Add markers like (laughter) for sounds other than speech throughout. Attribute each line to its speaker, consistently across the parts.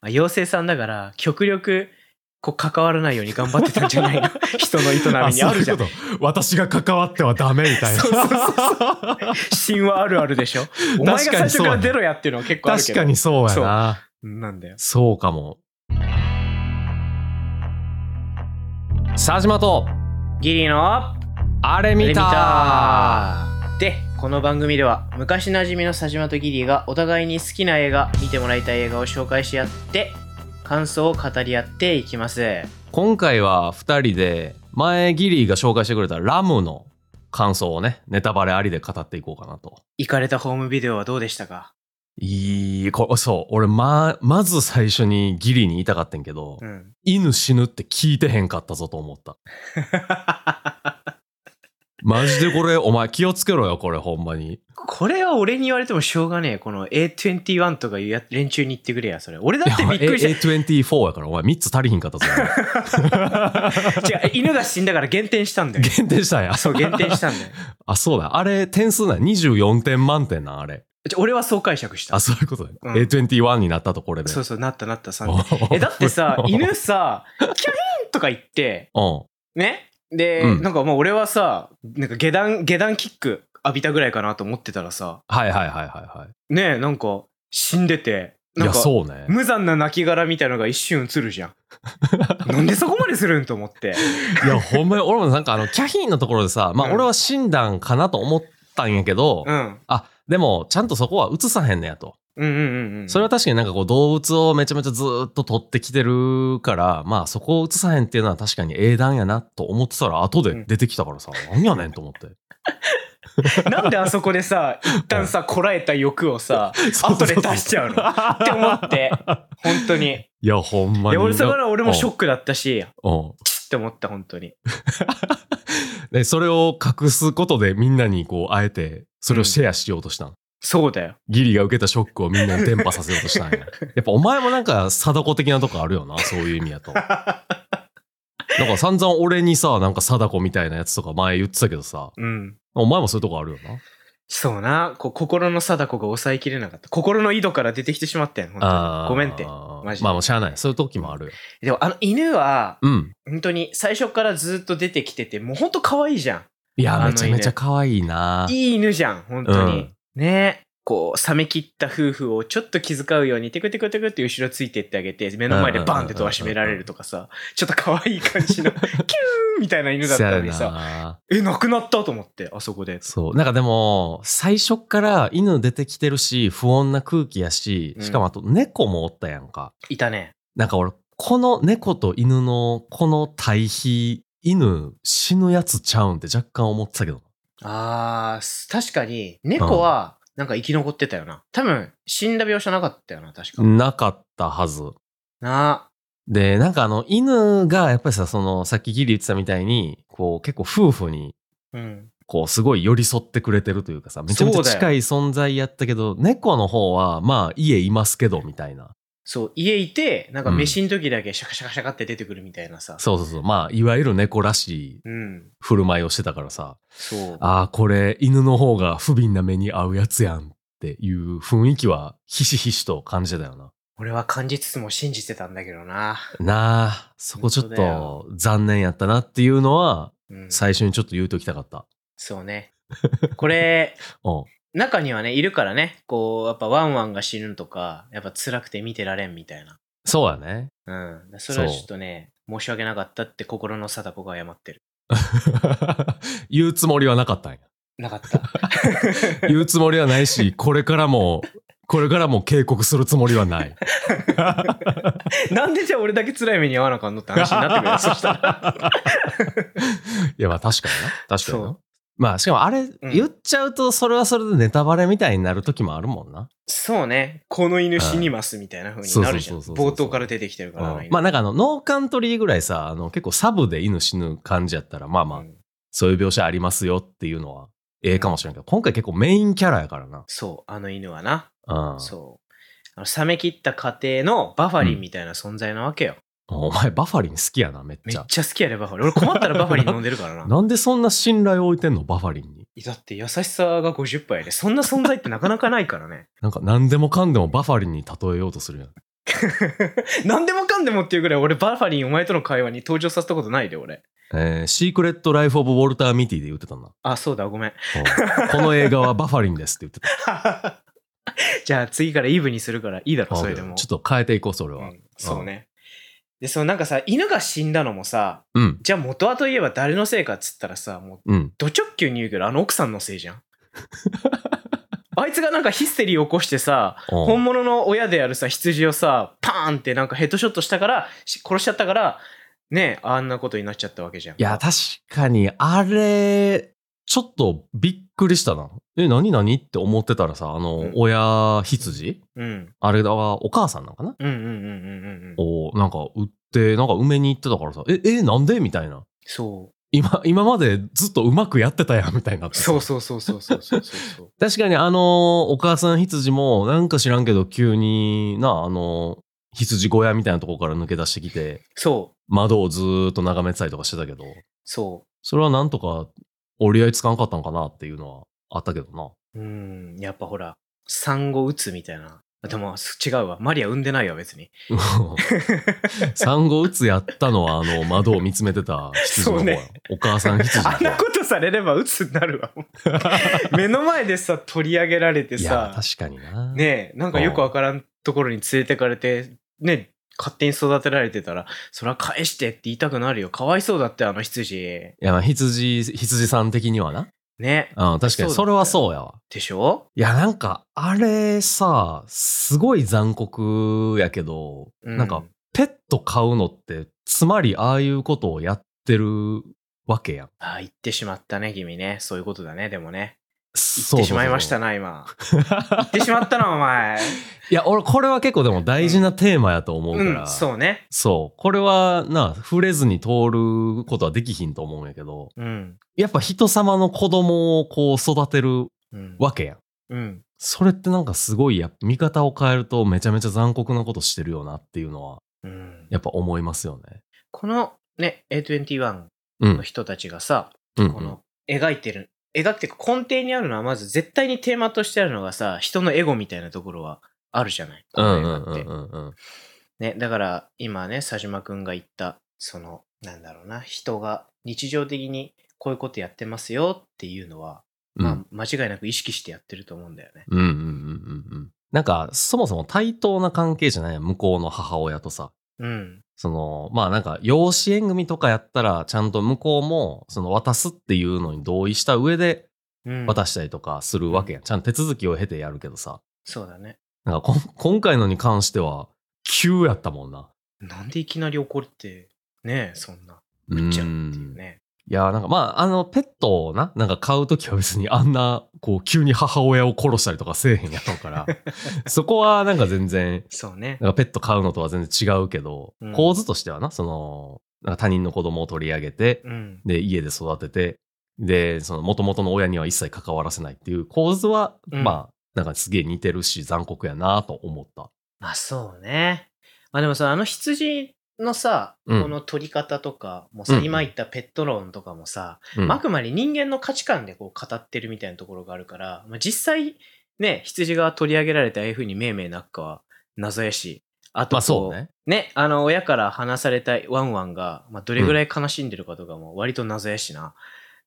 Speaker 1: まあ、妖精さんだから、極力、こう、関わらないように頑張ってたんじゃ (laughs) ないの人の営みにあるじゃん。
Speaker 2: そういうこと私が関わってはダメみたいな。
Speaker 1: そう
Speaker 2: (laughs)
Speaker 1: そう神話あるあるでし (laughs) ょお前が最初から出ろやっていうのは結構あるけ
Speaker 2: 確
Speaker 1: ど。
Speaker 2: かにそうやな。
Speaker 1: なんだよ。
Speaker 2: そうかも。佐島と、
Speaker 1: ギリの
Speaker 2: あれ見た
Speaker 1: で、この番組では昔なじみの佐島とギリがお互いに好きな映画、見てもらいたい映画を紹介し合って、感想を語り合っていきます。
Speaker 2: 今回は2人で、前ギリーが紹介してくれたラムの感想をね、ネタバレありで語っていこうかなと。
Speaker 1: 行かれたホームビデオはどうでしたか
Speaker 2: いい、こそう、俺ま、まず最初にギリーに言いたかったんけど、
Speaker 1: うん。
Speaker 2: 犬死ぬって聞いてへんかったぞと思った。マジでこれ、お前気をつけろよ、これ、ほんまに。
Speaker 1: これは俺に言われてもしょうがねえ。この A21 とかいうや連中に言ってくれや、それ。俺だってびっくりした。
Speaker 2: いや A24 やから、お前3つ足りひんかったぞ。
Speaker 1: (laughs) 違う、犬が死んだから減点したんだ
Speaker 2: (laughs)
Speaker 1: よ。
Speaker 2: 限定したんや。
Speaker 1: そう、減点したんだよ。
Speaker 2: (laughs) あ、そうだ。あれ、点数なん24点満点なん、あれ。
Speaker 1: ちょ俺はそう解釈した
Speaker 2: あ、。そういうことね。
Speaker 1: うん
Speaker 2: A21 になったと、これで。
Speaker 1: そうそう、なったなった、3
Speaker 2: (laughs) お、
Speaker 1: え、だってさ
Speaker 2: (laughs)
Speaker 1: 犬さ、キャリーンとか言って、
Speaker 2: うん。
Speaker 1: ねで、
Speaker 2: うん
Speaker 1: なんかもう俺はさ、なんか下段、下段キック浴びたぐらいかなと思ってたらさ、
Speaker 2: はいはいはいはいはい。
Speaker 1: ねなんか死んでて、
Speaker 2: い
Speaker 1: なん
Speaker 2: や、
Speaker 1: か
Speaker 2: そうね。
Speaker 1: 無残な亡骸みたいなのが一瞬映るじゃん。
Speaker 2: (laughs)
Speaker 1: なんでそこまでするんと思って。
Speaker 2: いや、ほんまに、俺もなんかあの、キャヒンのところでさ、まあ
Speaker 1: うん
Speaker 2: 俺は診断かなと思ったんやけど、
Speaker 1: うん。
Speaker 2: あ、でも、ちゃんとそこは映さへんねやと。
Speaker 1: うんうんうんうん。
Speaker 2: それは確かになんかこう動物をめちゃめちゃずーっと撮ってきてるから、まあそこを映さへんっていうのは確かに英断やなと思ってたら後で出てきたからさ、 (laughs) なんやねんと思って。
Speaker 1: なんであそこで (laughs) さ、一旦さ、こらえた欲をさ、 (laughs) 後で出しちゃうのって思って、本当に。
Speaker 2: (laughs) いや、ほんま
Speaker 1: い
Speaker 2: に。
Speaker 1: や、俺そこから俺もショックだったし、
Speaker 2: うん。うん
Speaker 1: チッって思った、本当に。
Speaker 2: で、それを隠すことでみんなにこう、あえて、それをシェアしようとしたん。
Speaker 1: そう (laughs) だよ。
Speaker 2: ギリが受けたショックをみんなに伝播させようとしたん
Speaker 1: (laughs)
Speaker 2: や。やっぱお前もなんか、貞子的なとこあるよな、そういう意味やと。なんか散々俺にさ、なんか貞子みたいなやつとか前言ってたけどさ、
Speaker 1: うん。
Speaker 2: お前もそういうとこあるよな。
Speaker 1: そうな、こう心の貞子が抑えきれなかった。心の井戸から出てきてしまったよ、本当
Speaker 2: あ
Speaker 1: に。
Speaker 2: ー
Speaker 1: ごめんって。マジで
Speaker 2: まあもうしゃあない。そういう時もあるよ。
Speaker 1: でも、あの犬は、
Speaker 2: うん。
Speaker 1: 本当に最初からずっと出てきてて、もう本当可愛いじゃ
Speaker 2: いや、
Speaker 1: あの。。
Speaker 2: めちゃめちゃ可愛いなん
Speaker 1: いい犬じゃん、本当に。
Speaker 2: うん
Speaker 1: ねこう、冷め切った夫婦をちょっと気遣うように、テクテクテクって後ろついてってあげて、目の前でバンってドア閉められるとかさ、ちょっと可愛い感
Speaker 2: (laughs)
Speaker 1: じの、キューみたいな犬だったのに
Speaker 2: そうや
Speaker 1: さ、
Speaker 2: な
Speaker 1: え、亡くなったと思って、あそこで。
Speaker 2: そう。なんかでも、最初から犬出てきてるし、不穏な空気やし、
Speaker 1: うん
Speaker 2: しかもあと猫もおったやんか。
Speaker 1: いたね。
Speaker 2: なんか俺、この猫と犬のこの対比、犬死ぬやつちゃうんって若干思ってたけど。
Speaker 1: あー、確かに、猫は、なんか生き残ってたよな。多分、死んだ描写なかったよな、確か。
Speaker 2: なかったはず。
Speaker 1: な
Speaker 2: で、なんかあの、犬がやっぱりさ、その、さっきギリ言ってたみたいに、こう、結構夫婦に
Speaker 1: うん。
Speaker 2: こう、すごい寄り添ってくれてるというかさ、めちゃめち
Speaker 1: そ
Speaker 2: ゃ
Speaker 1: うだよ
Speaker 2: 近い存在やったけど、猫の方は、まあ、家いますけど、みたいな。
Speaker 1: そう、家いて、なんか飯の時だけシャカシャカシャカって出てくるみたいなさ。
Speaker 2: そうそうそう。まあ、いわゆる猫らしい
Speaker 1: うん。
Speaker 2: 振る舞いをしてたからさ、
Speaker 1: そう。
Speaker 2: ああ、これ、犬の方が不憫な目に遭うやつやんっていう雰囲気は、ひしひしと感じてたよな。
Speaker 1: 俺は感じつつも信じてたんだけどな。
Speaker 2: なあ、そこちょっ
Speaker 1: 本当だよ
Speaker 2: と残念やったなっていうのは、
Speaker 1: うん。
Speaker 2: 最初にちょっと言うときたかった。
Speaker 1: そうね。 (laughs) これ、
Speaker 2: うん。
Speaker 1: 中にはね、いるからね。こう、やっぱワンワンが死ぬとか、やっぱ辛くて見てられんみたいな。
Speaker 2: そうやね。 (laughs)
Speaker 1: うん。それはちょっとね、申し訳なかったって心の貞子が謝ってる。
Speaker 2: 言うつもりはなかったんや。
Speaker 1: なかった。
Speaker 2: 言うつもりはないし、これからも、これからも警告するつもりはない。
Speaker 1: (laughs) なんでじゃあ俺だけ辛い目に遭わなあかんのって話になって
Speaker 2: (laughs)
Speaker 1: くるよ。そしたら。
Speaker 2: いや、まあ確かにな。確かに
Speaker 1: そ
Speaker 2: な
Speaker 1: う。
Speaker 2: まあ、しかもあれ、言っちゃうと、それはそれでネタバレみたいになる時もあるもんな。
Speaker 1: そうね。この犬死にますみたいな風になるじゃん。
Speaker 2: そうそうそうそうそう
Speaker 1: 冒頭から出てきてるから、
Speaker 2: うんまあ、なんかあの、ノーカントリーぐらいさ、あの、結構サブで犬死ぬ感じやったら、まあまあ、
Speaker 1: うん
Speaker 2: そういう描写ありますよっていうのは、ええかもしれんけど、今回結構メインキャラやからな。
Speaker 1: そう、あの犬はな。
Speaker 2: うん。
Speaker 1: そう。あの冷め切った家庭のバファリンみたいな存在なわけよ。
Speaker 2: お前、バファリン好きやな、めっ
Speaker 1: め
Speaker 2: ち
Speaker 1: っ
Speaker 2: ゃ。
Speaker 1: ちゃ好きやで、バファリン。俺困ったらバファリン飲んでるからな。
Speaker 2: (laughs) なんでそんな信頼を置いてんの、バファリンに。
Speaker 1: だって優しさが50杯やで、そんな存在ってなかなかないからね。 (laughs)
Speaker 2: なんか、何でもかんでもバファリンに例えようとするやん。
Speaker 1: 何でもかんでもっていうぐらい俺バファリンお前との会話に登場させたことないで俺
Speaker 2: えーシークレット・ライフ・オブ・ウォルター・ミティで言ってたんだ。
Speaker 1: あそうだごめん (laughs)
Speaker 2: うんこの映画はバファリンですって言ってた。
Speaker 1: じゃあ次からイブにするからいいだろそれでも
Speaker 2: ちょっと変えていこう、それ
Speaker 1: う
Speaker 2: は。
Speaker 1: んそうねでそのなんかさ犬が死んだのもさ
Speaker 2: うん。
Speaker 1: じゃあ元はといえば誰のせいかっつったらさもう
Speaker 2: うん。
Speaker 1: ド直球に言うけどあの奥さんのせいじゃ
Speaker 2: (laughs)
Speaker 1: んあいつがなんかヒステリー起こしてさ本物の親であるさ羊をさパーンってなんかヘッドショットしたからし殺しちゃったからねあんなことになっちゃったわけじゃん
Speaker 2: いや、確かに、あれ、ちょっとびっくりしたな。え、何何って思ってたらさ、あ
Speaker 1: う
Speaker 2: の
Speaker 1: ん、
Speaker 2: 親羊
Speaker 1: うん
Speaker 2: あれはお母さんなんかな
Speaker 1: うんうんうんうんうんうん
Speaker 2: を、なんか売って、なんか埋めに行ってたからさ、え、え、なんでみたいな。
Speaker 1: そ
Speaker 2: 今、今までずっとうまくやってたやん、みたいになっ
Speaker 1: う
Speaker 2: てさ
Speaker 1: そうそうそうそうそうそうそう
Speaker 2: (laughs) 確かにあのお母さん羊もなんか知らんけど急になあの羊小屋みたいなとこから抜け出してきて
Speaker 1: そう
Speaker 2: 窓をずーっと眺めてたりとかしてたけど
Speaker 1: そ
Speaker 2: それはなんとか折り合いつかんかったんかなっていうのはあったけど
Speaker 1: (laughs)
Speaker 2: な
Speaker 1: ううんやっぱほら産後打つみたいなでも違うわマリア産んでないわ別に
Speaker 2: 産後うつやったのはあの窓を見つめてた羊の方や、
Speaker 1: そうね
Speaker 2: お母さん羊の
Speaker 1: あん
Speaker 2: 方
Speaker 1: な
Speaker 2: や
Speaker 1: ことされれば鬱になるわも
Speaker 2: (laughs)
Speaker 1: う目の前でさ取り上げられて
Speaker 2: いや
Speaker 1: さ
Speaker 2: 確かにな、
Speaker 1: ねえなんかよくわからんところに連れてかれてね勝手に育てられてたらそれは返してって言いたくなるよかわいそうだってあの羊
Speaker 2: いやまあ羊羊さん的にはな、
Speaker 1: ね
Speaker 2: うん、確かにそれはそうやわ
Speaker 1: でしょ
Speaker 2: いや、なんか、あれさ、すごい残酷やけど、
Speaker 1: うん
Speaker 2: なんか、ペット飼うのって、つまりああいうことをやってるわけやん。
Speaker 1: ああ言ってしまったね君ねそういうことだねでもね言
Speaker 2: そ
Speaker 1: って
Speaker 2: うそう
Speaker 1: し
Speaker 2: そう
Speaker 1: まいました。な今言ってしまったなお
Speaker 2: (laughs)
Speaker 1: 前
Speaker 2: いや、俺、これは結構でも大事なテーマやと思うか
Speaker 1: う
Speaker 2: ら、
Speaker 1: んそうね
Speaker 2: そうこれはな、触れずに通ることはできひんと思うんやけど、
Speaker 1: うん
Speaker 2: やっぱ人様の子供をこう育てる
Speaker 1: うん
Speaker 2: わけやん。
Speaker 1: うん
Speaker 2: それってなんかすごいやっぱ、見方を変えるとめちゃめちゃ残酷なことしてるよなっていうのは、
Speaker 1: うん
Speaker 2: やっぱ思いますよね。
Speaker 1: このね A21
Speaker 2: うん
Speaker 1: の。人たちがさ、
Speaker 2: うんうん
Speaker 1: この描いてる描くっていうか根底にあるのはまず絶対にテーマとしてあるのがさ人のエゴみたいなところはあるじゃないこ
Speaker 2: う
Speaker 1: の
Speaker 2: ん
Speaker 1: 映
Speaker 2: う
Speaker 1: 画
Speaker 2: ん
Speaker 1: って、
Speaker 2: うんうんうん
Speaker 1: ね、だから今ね佐島くんが言ったそのなんだろうな人が日常的にこういうことやってますよっていうのは、
Speaker 2: うん
Speaker 1: まあ、間違いなく意識してやってると思うんだよね
Speaker 2: うんうんうんうんうんなんかそもそも対等な関係じゃない向こうの母親とさ
Speaker 1: うん
Speaker 2: そのまあなんか養子縁組とかやったらちゃんと向こうもその渡すっていうのに同意した上で
Speaker 1: うん
Speaker 2: 渡したりとかするわけやん、ちゃんと手続きを経てやるけどさ
Speaker 1: そうだね
Speaker 2: なんかこん今回のに関しては急やったもんな
Speaker 1: なんでいきなり怒るってねえそんな
Speaker 2: う
Speaker 1: ぶっちゃうっていうんね
Speaker 2: いやなんかまああのペットをななんか飼う時は別にあんなこう急に母親を殺したりとかせえへんやろうから
Speaker 1: (laughs)
Speaker 2: そこはなんか全然
Speaker 1: そうね
Speaker 2: なんかペット飼うのとは全然違うけど、
Speaker 1: うん
Speaker 2: 構図としてはな、その、なんか他人の子供を取り上げて、
Speaker 1: うん
Speaker 2: で、家で育てて、で、その元々の親には一切関わらせないっていう構図は、
Speaker 1: うん
Speaker 2: まあ、なんかすげえ似てるし残酷やなと思った。
Speaker 1: まあそうね。まあでもさ、あの羊のさ、
Speaker 2: うん
Speaker 1: この取り方とかもさ、
Speaker 2: うんうん
Speaker 1: 今言ったペット論とかもさ、
Speaker 2: うん
Speaker 1: あくまで人間の価値観でこう語ってるみたいなところがあるから、まあ、実際ね、羊が取り上げられてああいうふうに命名なくかは謎やし、あと
Speaker 2: まあ
Speaker 1: こ、
Speaker 2: そううね。
Speaker 1: ね、あの親から離されたワンワンが、まあ、どれぐらい悲しんでるかとかも割と謎やしな。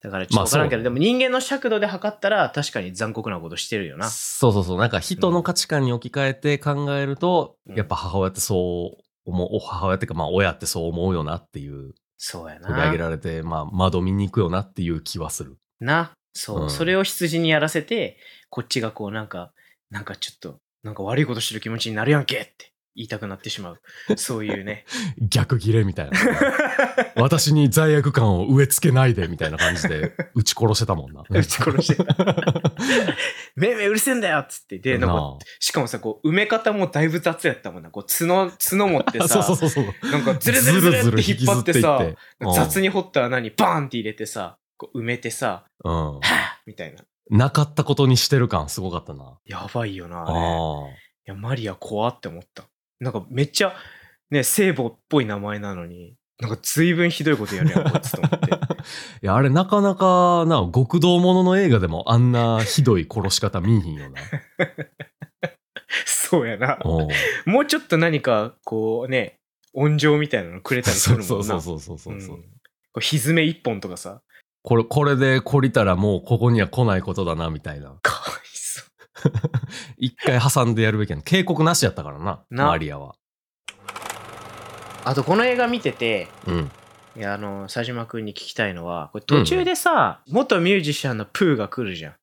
Speaker 1: だからちょっとわからんけど、
Speaker 2: まあそうね
Speaker 1: でも人間の尺度で測ったら確かに残酷なことしてるよな。
Speaker 2: そうそうそう。なんか人の価値観に置き換えて考えると、
Speaker 1: うん
Speaker 2: やっぱ母親ってそう思う、お母親っていうかまあ親ってそう思うよなっていう、
Speaker 1: そうやな。
Speaker 2: 取り上げられて、まあ窓見に行くよなっていう気はする。
Speaker 1: な、そう、
Speaker 2: うん
Speaker 1: それを羊にやらせて、こっちがこうなんか、なんかちょっと、なんか悪いことしてる気持ちになるやんけって言いたくなってしまう。そういうね。
Speaker 2: (laughs) 逆切れみたいな。 (laughs) 私に罪悪感を植え付けないでみたいな感じで撃ち殺してたもんな。
Speaker 1: (laughs) 撃ち殺してた。
Speaker 2: (laughs)
Speaker 1: めいめいうるせえんだよっつって。で、なんか、しかもさ、こう、埋め方もだいぶ雑やったもんな。こう、角、角持って
Speaker 2: なあ (laughs) そうそう
Speaker 1: さ、
Speaker 2: そうそう。
Speaker 1: なんか、ズルズルズルって引っ張ってさ、
Speaker 2: ずるずる引きずっていって
Speaker 1: 雑に掘った穴にバーンって入れてさ、こう埋めてさ、
Speaker 2: うん
Speaker 1: みたいな。
Speaker 2: うん。なかったことにしてる感すごかったな。
Speaker 1: やばいよな、あれ。
Speaker 2: あ
Speaker 1: いや、マリア怖って思った。なんかめっちゃ、ね、聖母っぽい名前なのに、なんか随分ひどいことやるやん、こいつと思って。
Speaker 2: あ。いや、あれなかなかな、
Speaker 1: (laughs)
Speaker 2: 極道ものの映画でもあんなひどい殺し方見いひんよな。
Speaker 1: そうやな。
Speaker 2: おう
Speaker 1: もうちょっと何か、こうね、温情みたいなのくれたりす
Speaker 2: そ
Speaker 1: る
Speaker 2: う
Speaker 1: もんな。
Speaker 2: そうそうそうそうそう、
Speaker 1: うんこうひずめ一本とかさ。
Speaker 2: これ、これで懲りたらもうここには来ないことだな、みたいな。
Speaker 1: かわいそう。
Speaker 2: 一回挟んでやるべきやん。警告なしやったからな、
Speaker 1: な
Speaker 2: マリアは。
Speaker 1: あと、この映画見てて、
Speaker 2: うん。
Speaker 1: いやあの佐島君に聞きたいのはこれ途中でさ、元ミュージシャンのプーが来るじゃん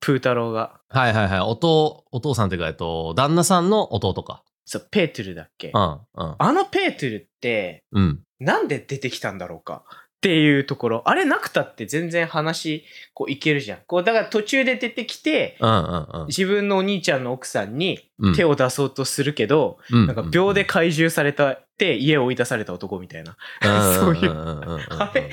Speaker 1: プー太郎が
Speaker 2: はいはいはい。お父、お父さんっていうか、えっと、旦那さんの弟か。
Speaker 1: そうペートゥルだっけ
Speaker 2: うん、うん。
Speaker 1: あのペートゥルって
Speaker 2: うん。
Speaker 1: なんで出てきたんだろうかっていうところあれなくたって全然話こういけるじゃんこうだから途中で出てきて
Speaker 2: うんうん
Speaker 1: 自分のお兄ちゃんの奥さんに
Speaker 2: うん。
Speaker 1: 手
Speaker 2: を、
Speaker 1: を出そうとするけど、
Speaker 2: な
Speaker 1: なんか秒で、懐柔されたって家を追い出された男みたいなそういうあれ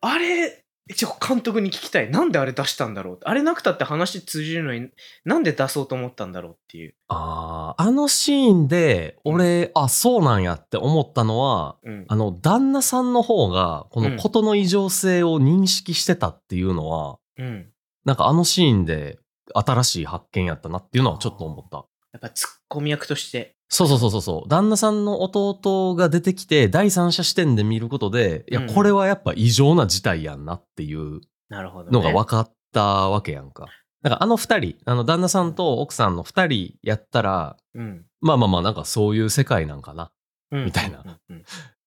Speaker 1: あれ、一応監督に聞きたい。なんであれ出したんだろうあれなくたって話通じるのに、なんで出そうと思ったんだろうっていう。
Speaker 2: あーあのシーンで、俺、あ、そうなんやって思ったのは、
Speaker 1: うん。
Speaker 2: あの、旦那さんの方が、こ
Speaker 1: うん
Speaker 2: のことの異常性を認識してたっていうのは、
Speaker 1: うん。
Speaker 2: なんかあのシーンで、新しい発見やったなっていうのはちょっと思った。
Speaker 1: やっぱツッコミ役として。
Speaker 2: そうそうそうそうそう。旦那さんの弟が出てきて、第三者視点で見ることで、いや、
Speaker 1: うん
Speaker 2: これはやっぱ異常な事態やんなっていう
Speaker 1: なるほど、ね。
Speaker 2: のが分かったわけやんか。だからあの二人、あの旦那さんと奥さんの二人やったら、
Speaker 1: うん。
Speaker 2: まあまあまあなんかそういう世界なんかな
Speaker 1: うん。
Speaker 2: みたいな
Speaker 1: うん。うん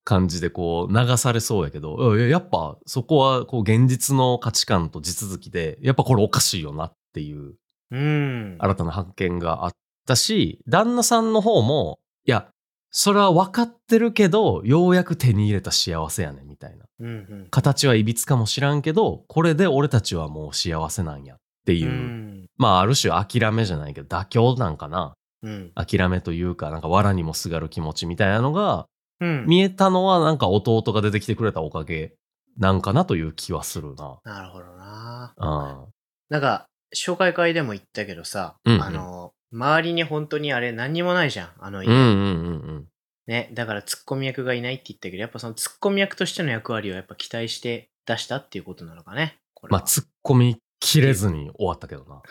Speaker 2: 感じでこう流されそうやけど、いややっぱそこはこう現実の価値観と地続きで、やっぱこれおかしいよなっていう
Speaker 1: うん。
Speaker 2: 新たな発見があったし、旦那さんの方も、いや、それは分かってるけど、ようやく手に入れた幸せやねんみたいな。
Speaker 1: うんうん。
Speaker 2: 形はいびつかもしらんけど、これで俺たちはもう幸せなんやっていうう、
Speaker 1: ん。
Speaker 2: まあある種諦めじゃないけど、妥協なんかな。
Speaker 1: うん。
Speaker 2: 諦めというか、なんか藁にもすがる気持ちみたいなのが、
Speaker 1: うん。
Speaker 2: 見えたのはなんか弟が出てきてくれたおかげなんかなという気はするな。
Speaker 1: なるほどな。
Speaker 2: うん。
Speaker 1: なんか、紹介会でも言ったけどさ、
Speaker 2: うんうん
Speaker 1: あの、周りに本当にあれ何にもないじゃん。あの、
Speaker 2: うんうんうんうん。
Speaker 1: ね、だからツッコミ役がいないって言ったけど、やっぱそのツッコミ役としての役割をやっぱ期待して出したっていうことなのかね。これ
Speaker 2: ま
Speaker 1: は
Speaker 2: あ突っ込み切れずに終わったけどな。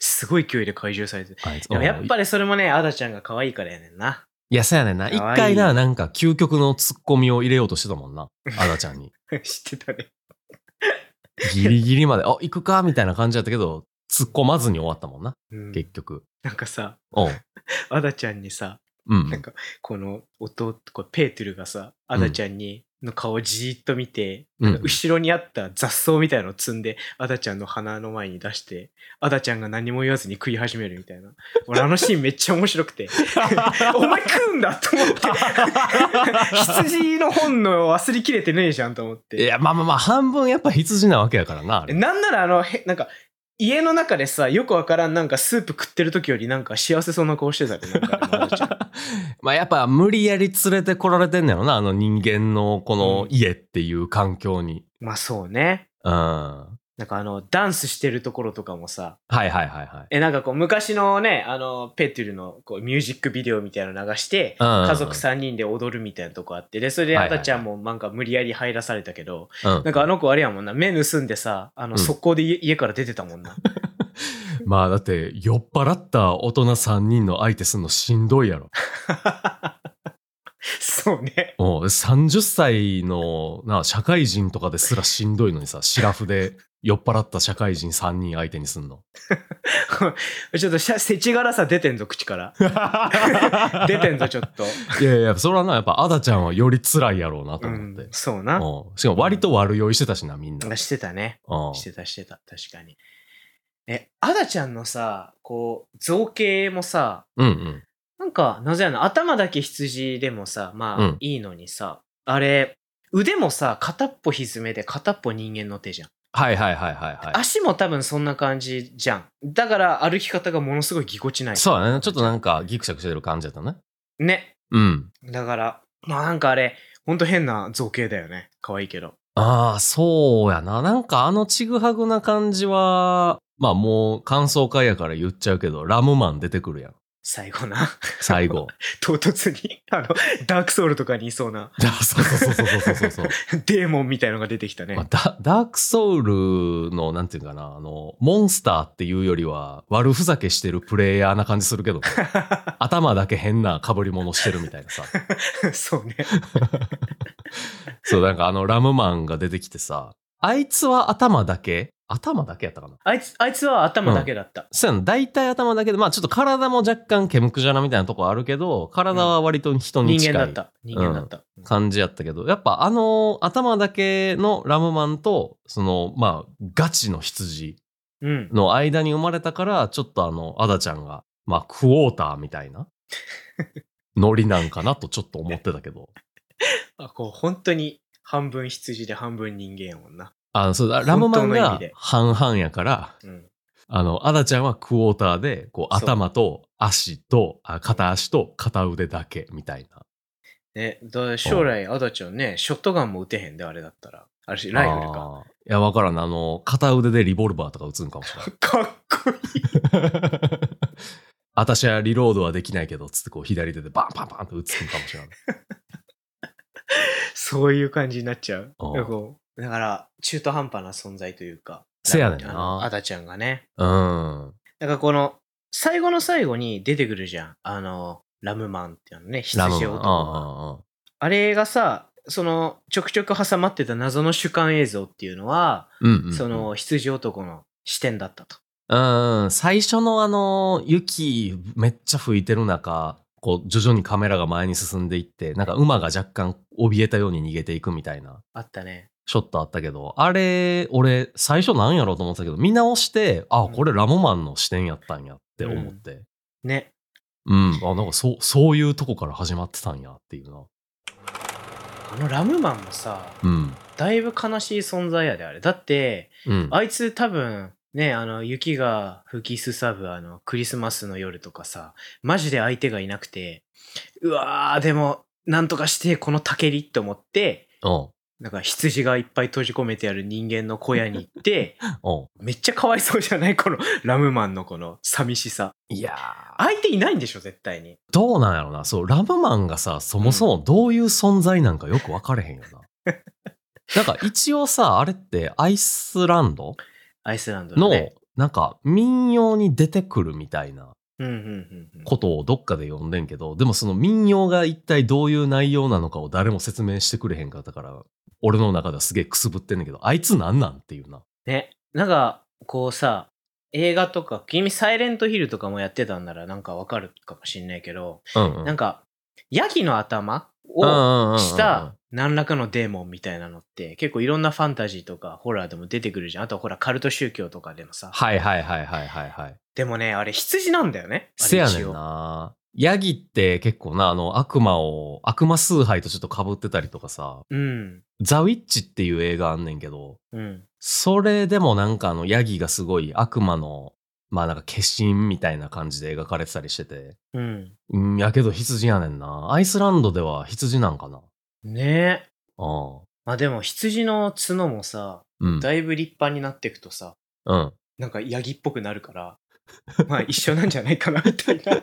Speaker 1: すごい勢いで怪獣されてる。
Speaker 2: あいつ
Speaker 1: でもやっ
Speaker 2: うん
Speaker 1: ぱりそれもね、アダちゃんが可愛いからやねんな。 (laughs)
Speaker 2: いや、そうやねんな。
Speaker 1: かわい
Speaker 2: 一
Speaker 1: い
Speaker 2: 回な、なんか究極のツッコミを入れようとしてたもんな。あだちゃ
Speaker 1: (laughs)
Speaker 2: んに。
Speaker 1: 知ってたね。
Speaker 2: ギリギリまで、あ、行くかみたいな感じだったけど、突っ込まずに終わったもんな、
Speaker 1: うん、
Speaker 2: 結局。
Speaker 1: なんかさ、
Speaker 2: おう
Speaker 1: アダちゃんにさ、
Speaker 2: うん。
Speaker 1: なんかこの弟、これペートゥルがさ、アダちゃんに、の顔をじーっと見て、
Speaker 2: うん
Speaker 1: なんか後ろにあった雑草みたいのを積んで、アダちゃんの鼻の前に出して、アダちゃんが何も言わずに食い始めるみたいな。俺あのシーンめっちゃ面白くて、
Speaker 2: (laughs)
Speaker 1: お前食うんだと思って。羊の本能忘れきれてねえじゃんと思っ
Speaker 2: (laughs) い
Speaker 1: て。
Speaker 2: や、まあまあまあ、半分やっぱ羊なわけやからな、あれ。
Speaker 1: なんならあの、へなんか、家の中でさ、よくわからんなんかスープ食ってる時よりなんか幸せそうな顔してたね。なんかあのあのちゃ
Speaker 2: (laughs)
Speaker 1: ん
Speaker 2: まあやっぱ無理やり連れてこられてんのやろな、あの人間のこの家っていう環境に。
Speaker 1: まあそうね。
Speaker 2: うん。は
Speaker 1: なんかあの、ダンスしてるところとかもさ、
Speaker 2: いはいはいはい。
Speaker 1: え、なんかこう昔のね、あの、ペトゥルのこうミュージックビデオみたいなの流して、
Speaker 2: うんうんうん
Speaker 1: 家族3人で踊るみたいなとこあって、で、それで
Speaker 2: はい
Speaker 1: あ
Speaker 2: はいはい
Speaker 1: たちゃんもなんか無理やり入らされたけど、
Speaker 2: うん
Speaker 1: なんかあの子あれやもんな、目盗んでさ、あ
Speaker 2: う
Speaker 1: の、
Speaker 2: ん
Speaker 1: 速攻で家,、家から出てたも
Speaker 2: (laughs)
Speaker 1: んな。
Speaker 2: まあだって、酔っ払った大人3人の相手すんのしんどいや
Speaker 1: (laughs)
Speaker 2: ろ。
Speaker 1: そうね。 (laughs)
Speaker 2: おう30歳のな社会人とかですらしんどいのにさ、シラフで酔っ払った社会人3人相手にす
Speaker 1: (laughs)
Speaker 2: んの。
Speaker 1: ちょっとしゃ、せちがらさ出てんぞ、口から。 (laughs) 出てんぞ、ちょっと。
Speaker 2: いやいや、それはな、やっぱ、アダちゃんはより辛いやろうなと
Speaker 1: う
Speaker 2: 思って
Speaker 1: ん。、そうな。な
Speaker 2: うんしかも、割と悪酔いしてたしな、みんな。
Speaker 1: んかしてたね。
Speaker 2: うん
Speaker 1: してた、してた。確かに。え、アダちゃんのさ、こう、造形もさ、
Speaker 2: うんうん。
Speaker 1: なんか、なぜやな、頭だけ羊でもさ、まあ、
Speaker 2: うん
Speaker 1: いいのにさ、あれ、腕もさ、片っぽひずめで片っぽ人間の手じゃん。
Speaker 2: はいはいはいはいは。
Speaker 1: 足も多分そんな感じじゃん。だから歩き方がものすごいぎこちないい。
Speaker 2: そうだね。ちょっとなんか、ギクシャクしてる感じだったね。
Speaker 1: ね。
Speaker 2: うん。
Speaker 1: だから、まあなんかあれ、ほんと変な造形だよね。可愛いけど。
Speaker 2: ああ、そうやな。なんか、あのちぐはぐな感じは、まあもう、感想会やから言っちゃうけど、ラムマン出てくるやん。
Speaker 1: 最後な。 (laughs)
Speaker 2: 最後。
Speaker 1: 唐突に、あの、ダークソウルとかにいそうな、
Speaker 2: だそうそうそうそうそうそ
Speaker 1: (laughs)
Speaker 2: うそう。
Speaker 1: デーモンみたいのが出てきたね。
Speaker 2: まあ、ダダークソウルの、なんていうかな、あの、モンスターっていうよりは、悪ふざけしてるプレイヤーな感じする
Speaker 1: (laughs)
Speaker 2: けどね、頭だけ変な被り物してるみたいなさ。
Speaker 1: そうね。
Speaker 2: そう、なんかあの、ラムマンが出てきてさ、あいつは頭だけ頭だけやったかな
Speaker 1: あいつ、あいつは頭だけだった。
Speaker 2: そうやん、大体頭だけで、まあちょっと体も若干ケムクジャラみたいなとこあるけど、体は割と人に
Speaker 1: 人
Speaker 2: 近
Speaker 1: 間だ
Speaker 2: い
Speaker 1: った。人間だった。
Speaker 2: 感じやったけど、やっぱあの頭だけのラムマンと、その、まあガチの羊
Speaker 1: うん。
Speaker 2: の間に生まれたから、ちょっとあの、アダちゃんが、まあクォーターみたい
Speaker 1: (laughs)
Speaker 2: なノリなんかなとちょっと思ってたけど。
Speaker 1: あこう、本当に半分羊で半分人間やもんな。
Speaker 2: あの、そうだ、ラムマ
Speaker 1: 本
Speaker 2: ン
Speaker 1: 当の意味
Speaker 2: が
Speaker 1: で
Speaker 2: 半々やから、
Speaker 1: うん。
Speaker 2: あの、アダちゃんはクォーターで、こう、
Speaker 1: そう
Speaker 2: 頭と足と、あ片足と片腕だけみたいな。
Speaker 1: ね、だ将来、アダちゃんね、ショットガンも撃てへんで、あれだったら。あれし、ライフルか。
Speaker 2: あー。いや、わからん。あの、片腕でリボルバーとか撃つんかもしれない。
Speaker 1: かっこいい。 (laughs)
Speaker 2: 私はリロードはできないけど、つってこう、左手でバンバンバンと撃つんかもしれない。
Speaker 1: そういう感じになっちゃう。
Speaker 2: あー
Speaker 1: なんかこうだから、中途半端な存在というか。
Speaker 2: せやねん
Speaker 1: あのア
Speaker 2: な。
Speaker 1: ダちゃんがね。 (laughs)
Speaker 2: うん。
Speaker 1: なんかこの、最後の最後に出てくるじゃん。あの、ラムマンっていうのね、羊
Speaker 2: ラムマン
Speaker 1: 男が。あれがさ、その、ちょくちょく挟まってた謎の主観映像っていうのは、
Speaker 2: うんうんうんうん。
Speaker 1: その、羊男の視点だったと。
Speaker 2: うんうん、最初のあの、雪めっちゃ吹いてる中、こう、徐々にカメラが前に進んでいって、なんか馬が若干怯えたように逃げていくみたいな
Speaker 1: あったね。
Speaker 2: ショットあったけど、あれ、俺、最初なんやろうと思ってたけど、見直して、あ、
Speaker 1: うん
Speaker 2: これラモマンの視点やったんやって思って。
Speaker 1: ね。
Speaker 2: うん、あ、なんかそう、そういうとこから始まってたんやっていうな。
Speaker 1: あのラムマンもさ、
Speaker 2: うん。
Speaker 1: だいぶ悲しい存在やで、あれ。だって、
Speaker 2: うん。
Speaker 1: あいつ多分、ね、あの、雪が吹きすさぶあの、クリスマスの夜とかさ、マジで相手がいなくて、うわー、でも、なんとかして、この竹りって思って、
Speaker 2: うん。
Speaker 1: なんか羊がいっぱい閉じ込めてある人間の小屋に行って、
Speaker 2: うん。
Speaker 1: めっちゃかわいそうじゃないこのラムマンのこの寂しさ。
Speaker 2: いやー、
Speaker 1: 相手いないんでしょ絶対に。
Speaker 2: どうなんやろな。そう、ラムマンがさ、そもそもどういう存在なんかよく分かれへんよな。 (laughs) なんか一応さ、あれってアイスランド
Speaker 1: アイスランドの、
Speaker 2: の
Speaker 1: ね。、
Speaker 2: なんか民謡に出てくるみたいな
Speaker 1: うんうんうんうん。
Speaker 2: ことをどっかで読んでんけど、でもその民謡が一体どういう内容なのかを誰も説明してくれへんかったから、俺の中ではすげえくすぶってんねんけど、あいつなんなんっていうな。
Speaker 1: ね。なんか、こうさ、映画とか、君サイレントヒルとかもやってたんならなんかわかるかもしんないけど、
Speaker 2: うんうん。
Speaker 1: なんか、ヤギの頭
Speaker 2: う
Speaker 1: を
Speaker 2: んうんうんうん
Speaker 1: した何らかのデーモンみたいなのって結構いろんなファンタジーとかホラーでも出てくるじゃん。あとほらカルト宗教とかでもさ。
Speaker 2: はいはいはいはいはいはい。
Speaker 1: でもね、あれ羊なんだよね。あれ
Speaker 2: せやね
Speaker 1: 一
Speaker 2: ん
Speaker 1: 応
Speaker 2: な。ヤギって結構な、あの、悪魔を、悪魔崇拝とちょっと被ってたりとかさ、
Speaker 1: うん。
Speaker 2: ザ・ウィッチっていう映画あんねんけど、
Speaker 1: うん。
Speaker 2: それでもなんかあの、ヤギがすごい悪魔の、まあなんか化身みたいな感じで描かれてたりしてて、
Speaker 1: うん。
Speaker 2: うん、やけど羊やねんな。アイスランドでは羊なんかな。
Speaker 1: ねえ。
Speaker 2: うん。
Speaker 1: まあでも羊の角もさ、
Speaker 2: うん。
Speaker 1: だいぶ立派になっていくとさ、
Speaker 2: うん。
Speaker 1: なんかヤギっぽくなるから、まあ一緒なんじゃないかなみたいな。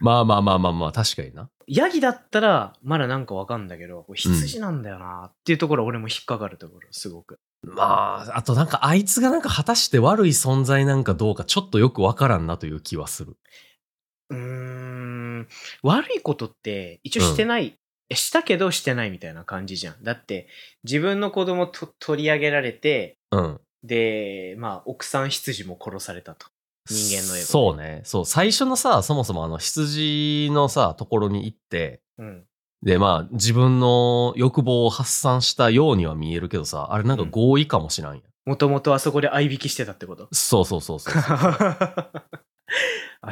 Speaker 2: まあまあまあまあまあ、確かにな。
Speaker 1: ヤギだったらまだなんかわかんだけど、羊なんだよなっていうところ俺も引っかかるところ、すごく。
Speaker 2: まあ、あとなんかあいつがなんか果たして悪い存在なんかどうかちょっとよくわからんなという気はする。
Speaker 1: うーん。悪いことって一応してない、えしたけどしてないみたいな感じじゃん。だって自分の子供と取り上げられて、
Speaker 2: うん。
Speaker 1: で、まあ奥さん羊も殺されたと。人間のエゴ
Speaker 2: そうね。そう。最初のさ、そもそもあの羊のさ、ところに行って、
Speaker 1: うん。
Speaker 2: で、まあ、自分の欲望を発散したようには見えるけどさ、あれなんか合意かもしらんや。
Speaker 1: もともとあそこで合いびきしてたってこと (laughs)
Speaker 2: そうそうそうそう。
Speaker 1: あ、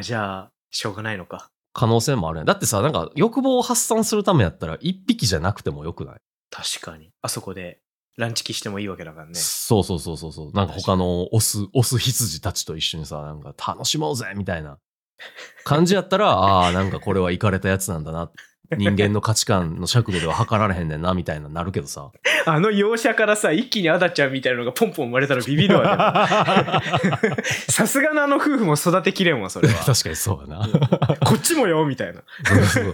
Speaker 1: じゃあ、しょうがないのか。
Speaker 2: 可能性もあるやん。だってさ、なんか欲望を発散するためやったら、一匹じゃなくてもよくない、
Speaker 1: 確かに。あそこでランチキしてもいいわけだからね。
Speaker 2: そうそうそうそうそう。なんか他のオス、オス羊たちと一緒にさ、なん (laughs) か楽しもうぜみたいな感じやったら、ああ、なんかこれはイかれたやつなんだな。人間の価値観の尺度では測られへんねんなみたいななるけどさ
Speaker 1: あの容赦からさ、一気にアダちゃんみたいなのがポンポン生まれたらビビる
Speaker 2: (laughs)
Speaker 1: わけよさすがのあの夫婦も育てきれんわ、それ
Speaker 2: (laughs)
Speaker 1: は。
Speaker 2: 確かにそうやな
Speaker 1: こっちもよ、みたいな。
Speaker 2: そう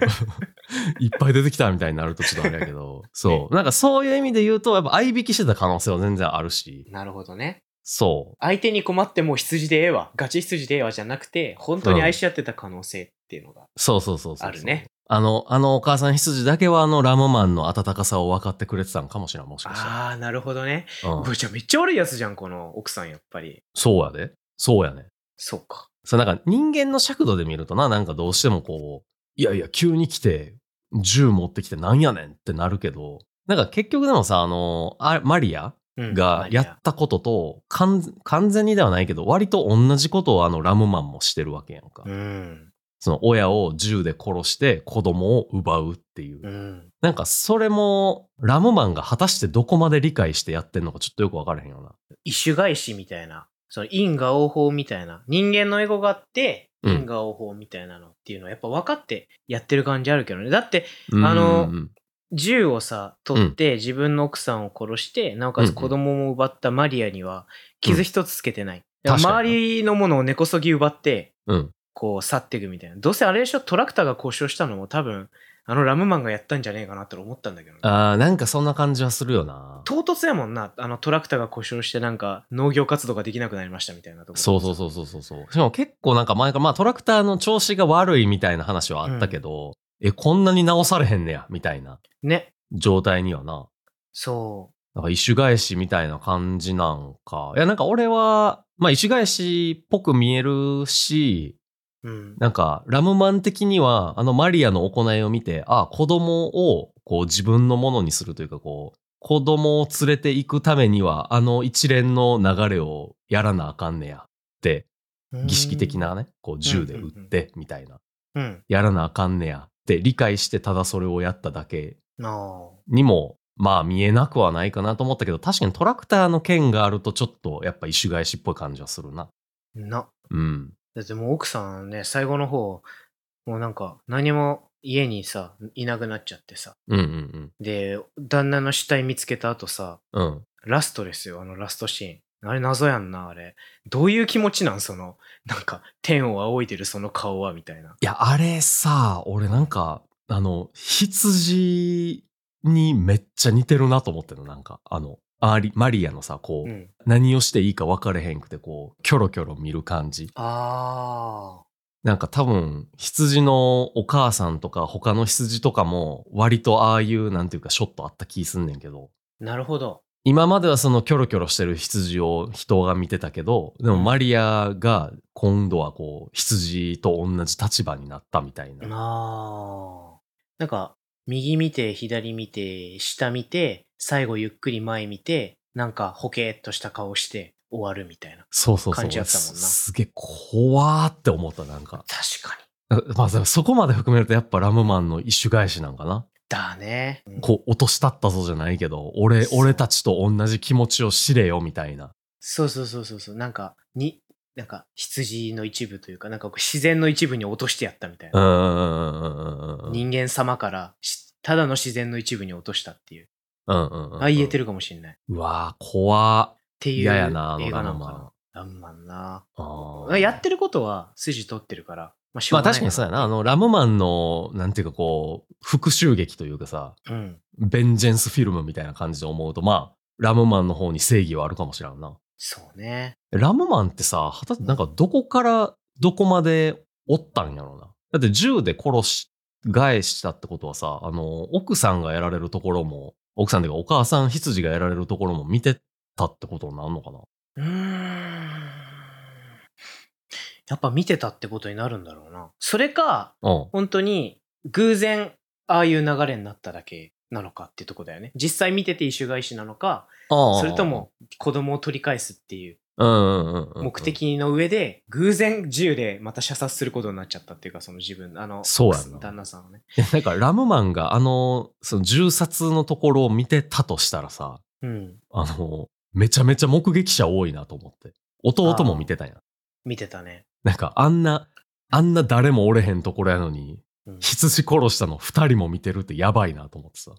Speaker 2: いっぱい出てきたみたいになるとちょっとあれやけどそうなんかそういう意味で言うとやっぱ合いびきしてた可能性は全然あるし
Speaker 1: なるほどね。
Speaker 2: そ
Speaker 1: 相手に困ってもう羊でええわ、ガチ羊でええわじゃなくて、本当に愛し合ってた可能性っていうのが。
Speaker 2: うそうそうそうそうそう
Speaker 1: あるね
Speaker 2: あのあのお母さん羊だけはあのラムマンの温かさを分かってくれてたのかもしれんもしかし
Speaker 1: ああ、なるほどね。
Speaker 2: たら、うん
Speaker 1: う、わじゃあめっちゃ悪いやつじゃん、この奥さん、やっぱり。
Speaker 2: そうやでそうやね
Speaker 1: そうか。
Speaker 2: そうなんか人間の尺度で見るとななんかどうしてもこういやいや急に来て銃持ってきてなんやねんってなるけどなんか結局でもさあのあマリア
Speaker 1: うん
Speaker 2: がやっ。たことと、完完全にではないけど割と同じことをあのラムマンもしてるわけやんか、
Speaker 1: うん。
Speaker 2: その親を銃で殺して子供を奪うっていう、
Speaker 1: うん。
Speaker 2: なんかそれもラムマンが果たしてどこまで理解してやってんのかちょっとよく分からへんよな
Speaker 1: 異種返しみたいな、その因果応報みたいな、人間のエゴがあって、
Speaker 2: うん
Speaker 1: 因果応報みたいなのっていうのはやっぱ分かってやってる感じあるけどね。だって
Speaker 2: うん
Speaker 1: あの
Speaker 2: うん
Speaker 1: 銃をさ、取って自分の奥さんを殺して、なおかつ子供も奪ったマリアには傷一つつけてない。だから
Speaker 2: 確かに
Speaker 1: 周りのものを根こそぎ奪って、
Speaker 2: うん
Speaker 1: こう去っていくみたいな。どうせあれでしょ、トラクターが故障したのも多分、あのラムマンがやったんじゃねえかなって思ったんだけどね。
Speaker 2: あーなんかそんな感じはするよな
Speaker 1: 唐突やもんな、あのトラクターが故障してなんか農業活動ができなくなりましたみたいなとこ
Speaker 2: そうそうそうそうそうそう。しかも結構なんか前から、まあトラクターの調子が悪いみたいな話はあったけど、え、こんなに直されへんねや、みたいな
Speaker 1: ね。
Speaker 2: 状態にはな。
Speaker 1: そ
Speaker 2: なんか、意種返しみたいな感じなんか。いや、なんか俺は、まあ、意種返しっぽく見えるし、
Speaker 1: う。うん。
Speaker 2: なんか、ラムマン的には、あのマリアの行いを見て、ああ、子供を、こう、自分のものにするというか、こう、子供を連れて行くためには、あの一連の流れをやらなあかんねや、って儀式的。なね、こう銃で撃ってみたいな、
Speaker 1: うん。
Speaker 2: やらなあかんねやって理解してただそれをやっただけ
Speaker 1: あ
Speaker 2: にも、まあ見えなくはないかなと思ったけど、確かにトラクターの剣があるとちょっとやっぱ一種返しっぽい感じはするな。
Speaker 1: あ。な。
Speaker 2: うん。
Speaker 1: だってもう奥さんね、最後の方、もうなんか何も家にさ、いなくなっちゃってさ。
Speaker 2: うんうん
Speaker 1: で、旦那の死体見つけた後さ、
Speaker 2: うん。うん。
Speaker 1: ラストですよ、あのラストシーン。あれ謎やんな、あれ。どういう気持ちなんその、なんか、天を仰いでるその顔は、みたいな。
Speaker 2: いや、あれさ、俺なんか、あの、羊にめっちゃ似てるなと思ってるの、なんか。あの、アーリマリアのさ、こう、
Speaker 1: うん。
Speaker 2: 何をしていいか分かれへんくて、こう、キョロキョロ見る感じ。
Speaker 1: あ
Speaker 2: なんか多分、羊のお母さんとか他の羊とかも割とああいうなんていうかショットあった気すんねんけど、
Speaker 1: ー。なるほど。
Speaker 2: 今まではそのキョロキョロしてる羊を人が見てたけど、でもマリアが今度はこう羊と同じ立場になったみたいな。
Speaker 1: ああ。なんか、右見て、左見て、下見て、最後ゆっくり前見て、なんか、ほけーっとした顔して終わるみたいな。
Speaker 2: そうそうそう。
Speaker 1: 感じやったもんな
Speaker 2: すすげえ怖ーって思ったなんか。
Speaker 1: 確かに。
Speaker 2: まあそこまで含めるとやっぱラムマンの一種返しなんかな。
Speaker 1: だね。うん
Speaker 2: こう落としたったぞじゃないけど、俺、
Speaker 1: そう
Speaker 2: 俺たちと同じ気持ちを知れよみたいな。
Speaker 1: そうそうそうそうそう。なんか、に、なんか、羊の一部というか、なんかこう自然の一部に落としてやったみたい
Speaker 2: う
Speaker 1: な。
Speaker 2: んうんうんうんうんうんうん。
Speaker 1: 人間様からし、ただの自然の一部に落としたっていう。
Speaker 2: うんうんうん、
Speaker 1: あ、言えてるかもしれない。っ
Speaker 2: うわー怖
Speaker 1: ていう映
Speaker 2: 嫌
Speaker 1: 画
Speaker 2: や
Speaker 1: な
Speaker 2: なあの
Speaker 1: のかな
Speaker 2: ま。
Speaker 1: ラムマンな。
Speaker 2: あ
Speaker 1: やってることは筋取ってるから。まあ、しょう
Speaker 2: まあ
Speaker 1: がない
Speaker 2: 確かにそうやなあのラムマンのなんていうかこう復讐劇というかさ
Speaker 1: うん。
Speaker 2: ベンジェンスフィルムみたいな感じで思うとまあラムマンの方に正義はあるかもしれんな
Speaker 1: そうね。
Speaker 2: ラムマンってさ果たしてなんかどこからどこまでおったんやろうなだって銃で殺し返したってことはさあの奥さんがやられるところも奥さんっていうかお母さん羊がやられるところも見てたってことになるのかな
Speaker 1: うーんやっぱ見てたってことになるんだろうな。それか、
Speaker 2: うん
Speaker 1: 本当に偶然ああいう流れになっただけなのかってとこだよね。実際見てて異種返しなのか、
Speaker 2: ああ
Speaker 1: それとも子供を取り返すっていう
Speaker 2: うんうんうんうんうん
Speaker 1: 目的の上で、偶然銃でまた射殺することになっちゃったっていうか、その自分、あの、
Speaker 2: そうやな
Speaker 1: 旦那さんをね。
Speaker 2: いやなんかラムマンがあのその銃殺のところを見てたとしたらさ
Speaker 1: うん。
Speaker 2: あのめちゃめちゃ目撃者多いなと思って弟も見てたんや
Speaker 1: 見てたね。
Speaker 2: なんかあんなあんな誰もおれへんところやのに
Speaker 1: うん
Speaker 2: 羊殺したの2人も見てるってやばいなと
Speaker 1: (laughs)
Speaker 2: 思ってさ。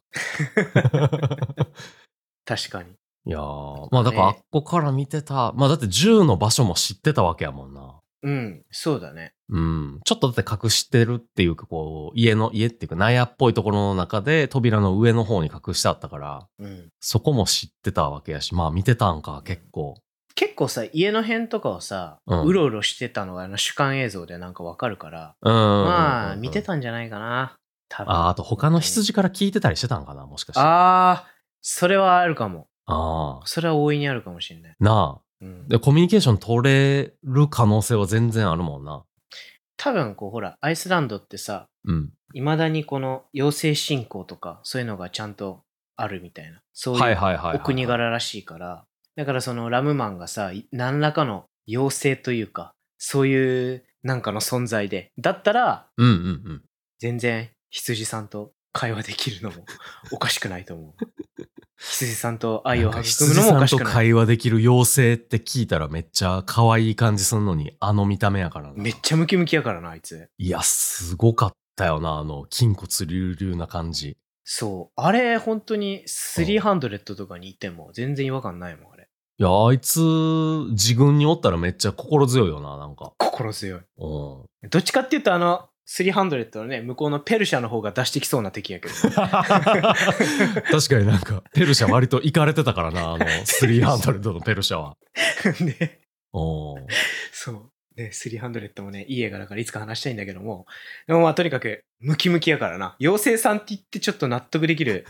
Speaker 1: 確かに。
Speaker 2: いやー、まあだからあっこから見てた、まあだって銃の場所も知ってたわけやもんな。
Speaker 1: うん、そうだね。
Speaker 2: うん。ちょっとだって隠してるっていうか、こう、家の、家っていうか、納屋っぽいところの中で扉の上の方に隠してあったから、
Speaker 1: うん。
Speaker 2: そこも知ってたわけやし、まあ見てたんか、結構。
Speaker 1: 結構さ、家の辺とかをさ、
Speaker 2: う
Speaker 1: うんろうろしてたのがあの主観映像でなんかわかるから、
Speaker 2: うん。
Speaker 1: まあ、見て
Speaker 2: た。
Speaker 1: たんじゃないかな。多分
Speaker 2: あーあと他の羊から聞いてたりしてたんかな、もしかして。あ
Speaker 1: ああ、それはあるかも。
Speaker 2: あー。
Speaker 1: それは大いにあるかもしれない。
Speaker 2: なあ。
Speaker 1: うん、
Speaker 2: で、コミュニケーション取れる可能性は全然あるもんな。
Speaker 1: 多分こう、ほら、アイスランドってさ、
Speaker 2: うん。
Speaker 1: いまだにこの妖精信仰とか、そういうのがちゃんとあるみたいな。そう
Speaker 2: はいいうはいはいはい。
Speaker 1: お国。柄らしいから、だからそのラムマンがさ、い何らかの妖精というか、そういうなんかの存在で、だったら、
Speaker 2: うんうんうん。
Speaker 1: 全然羊さんと会話できるのも (laughs) おかしくないと思う。
Speaker 2: (laughs)
Speaker 1: 羊さんと愛を
Speaker 2: なんか
Speaker 1: 育む
Speaker 2: 羊
Speaker 1: のもお
Speaker 2: さん
Speaker 1: かし
Speaker 2: と
Speaker 1: くない。
Speaker 2: 会話できる妖精って聞いたらめっちゃ可愛い感じするのに、あの見た目やからな。
Speaker 1: めっちゃムキムキやからな、あいつ。
Speaker 2: いや、すごかったよな、あの、筋骨隆々な感じ。
Speaker 1: そう。あれ、本当に300とかにいても全然違和感ないもん、あれ。
Speaker 2: いや、あいつ、自軍におったらめっちゃ心強いよな、なんか。
Speaker 1: 心強い。 (laughs)
Speaker 2: うん。
Speaker 1: どっちかっていうと、あの、300のね、向こうのペルシャの方が出してきそうな敵やけど。
Speaker 2: 確かになんか、ペルシャ割と行かれてたからな、あの、300のペルシャは。
Speaker 1: ね、 (laughs)
Speaker 2: うん。
Speaker 1: そう。ね、300もね、いい映画だからいつか話したいんだけども、でもまあとにかく、ムキムキやからな。妖精さんって言ってちょっと納得できる、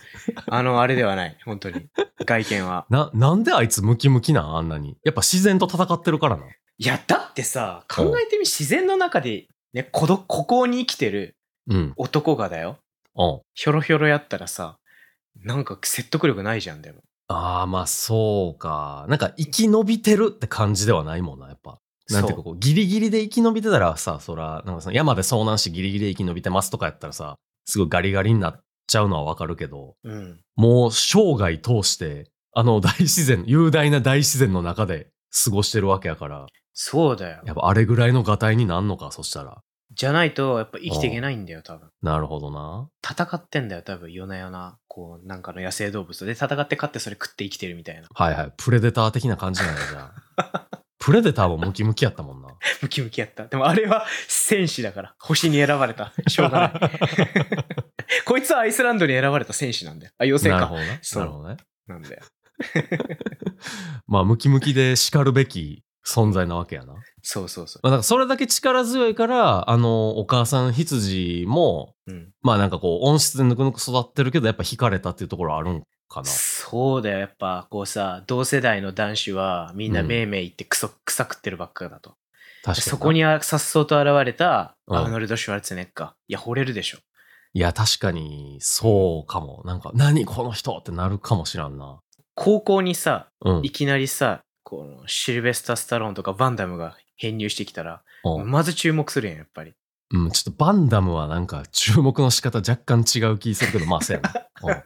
Speaker 1: あの、あれではない。本当に。外見は。
Speaker 2: な、なんであいつムキムキなんあんなに。やっぱ自然と戦ってるからな。
Speaker 1: いや、だってさ、考えてみ、自然の中で、ね、孤独、孤高に生きてる
Speaker 2: うん。
Speaker 1: 男がだよ。
Speaker 2: うん。
Speaker 1: ひょろひょろやったらさ、なんか説得力ないじゃん、でも。
Speaker 2: ああ、まあそうか。なんか生き延びてるって感じではないもんな、やっぱ。なんていうか
Speaker 1: そ
Speaker 2: こう、ギリギリで生き延びてたらさ、そら、なんかその山で遭難してギリギリで生き延びてますとかやったらさ、すごいガリガリになっちゃうのはわかるけど、
Speaker 1: う。うん。
Speaker 2: もう生涯通して、あの (laughs) 大自然、雄大な大自然の中で過ごしてるわけやから、
Speaker 1: そうだよ。
Speaker 2: やっぱあれぐらいのがたいになんのか、そしたら。
Speaker 1: じゃないと、やっぱ生きていけないんだよ、多分。
Speaker 2: なるほどな。
Speaker 1: 戦ってんだよ、多分。夜な夜な、こう、なんかの野生動物とで、戦って勝ってそれ食って生きてるみたいな。 (laughs)
Speaker 2: はいはい。プレデター的な感じなんや、じゃあ。プレデターもムキムキやったもんな。
Speaker 1: ムキムキやった。でもあれは戦士だから。星に選ばれた。しょうが
Speaker 2: (laughs)
Speaker 1: ない。こいつはアイスランドに選ばれた戦士なんだよ。あ、妖精
Speaker 2: な
Speaker 1: か
Speaker 2: るほ。どね。
Speaker 1: そう
Speaker 2: なるほどね。
Speaker 1: なんだよ。
Speaker 2: まあ、ムキムキで叱るべき存在なわけやな。ま
Speaker 1: そうそうそ
Speaker 2: あ、だからそれだけ力強いから、あの、お母さん羊も、
Speaker 1: う。うん。
Speaker 2: まあなんかこう、温室でぬくぬく育ってるけど、やっぱ惹かれたっていうところあるんかな。
Speaker 1: そうだよ。やっぱ、こうさ、同世代の男子は、みんなめいめい言ってクソ、臭くってるばっかだと。
Speaker 2: 確かに。
Speaker 1: そこ。にあさっそうと現れた、
Speaker 2: うん
Speaker 1: アーノルド・シュワルツェネッカー。いや、惚れるでしょ。
Speaker 2: いや、確かに、そうかも。なんか、何この人ってなるかもしらんな。
Speaker 1: 高校にさ、
Speaker 2: うん。
Speaker 1: いきなりさ、このシルベスター・スタローンとかバンダムが編入してきたら、
Speaker 2: うん
Speaker 1: まず注目するやん、やっぱり。
Speaker 2: うん、ちょっとバンダムはなんか注目の仕方若干違う気するけど、まあそうや
Speaker 1: (laughs)
Speaker 2: な。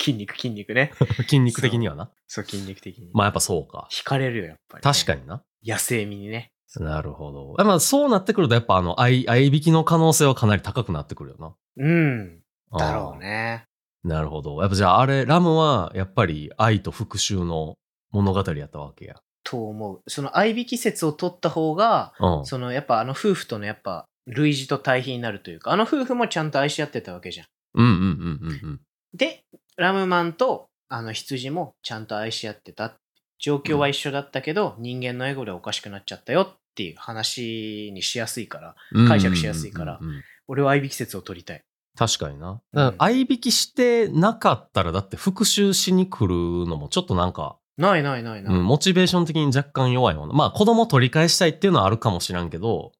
Speaker 1: 筋肉、筋肉
Speaker 2: (laughs)
Speaker 1: ね。
Speaker 2: うん筋肉的にはな。
Speaker 1: そう、筋肉的に。
Speaker 2: まあやっぱそうか。
Speaker 1: 惹かれるよ、やっぱり、
Speaker 2: 確か
Speaker 1: に。
Speaker 2: にな。
Speaker 1: 野生味にね。
Speaker 2: なるほど。あまあそうなってくるとやっぱあの、相、相引きの可能性はかなり高くなってくるよな。
Speaker 1: うん。
Speaker 2: うん
Speaker 1: だろう。ね。
Speaker 2: なるほど。やっぱじゃああれ、ラムはやっぱり愛と復讐の物語やったわけや。
Speaker 1: と思う。その相引き説を取った方が、
Speaker 2: うん。
Speaker 1: そのやっぱあの夫婦とのやっぱ類似と対比になるというか、あの夫婦もちゃんと愛し合ってたわけじゃん。
Speaker 2: うんうんうんうんうん。
Speaker 1: で、ラムマンとあの羊もちゃんと愛し合ってた。状況は一緒だったけど、人間のエゴでおかしくなっちゃったよっていう話にしやすいから、解釈しやすいから
Speaker 2: うんうんうんうん。
Speaker 1: 俺は相引き説を取りたい。
Speaker 2: 確かにな。
Speaker 1: うん
Speaker 2: だから相引きしてなかったら、だって復讐しに来るのもちょっとなんか、
Speaker 1: ないないないない。
Speaker 2: うん、モチベーション的に若干弱いもんな。まあ子供取り返したいっていうのはあるかもしらんけど、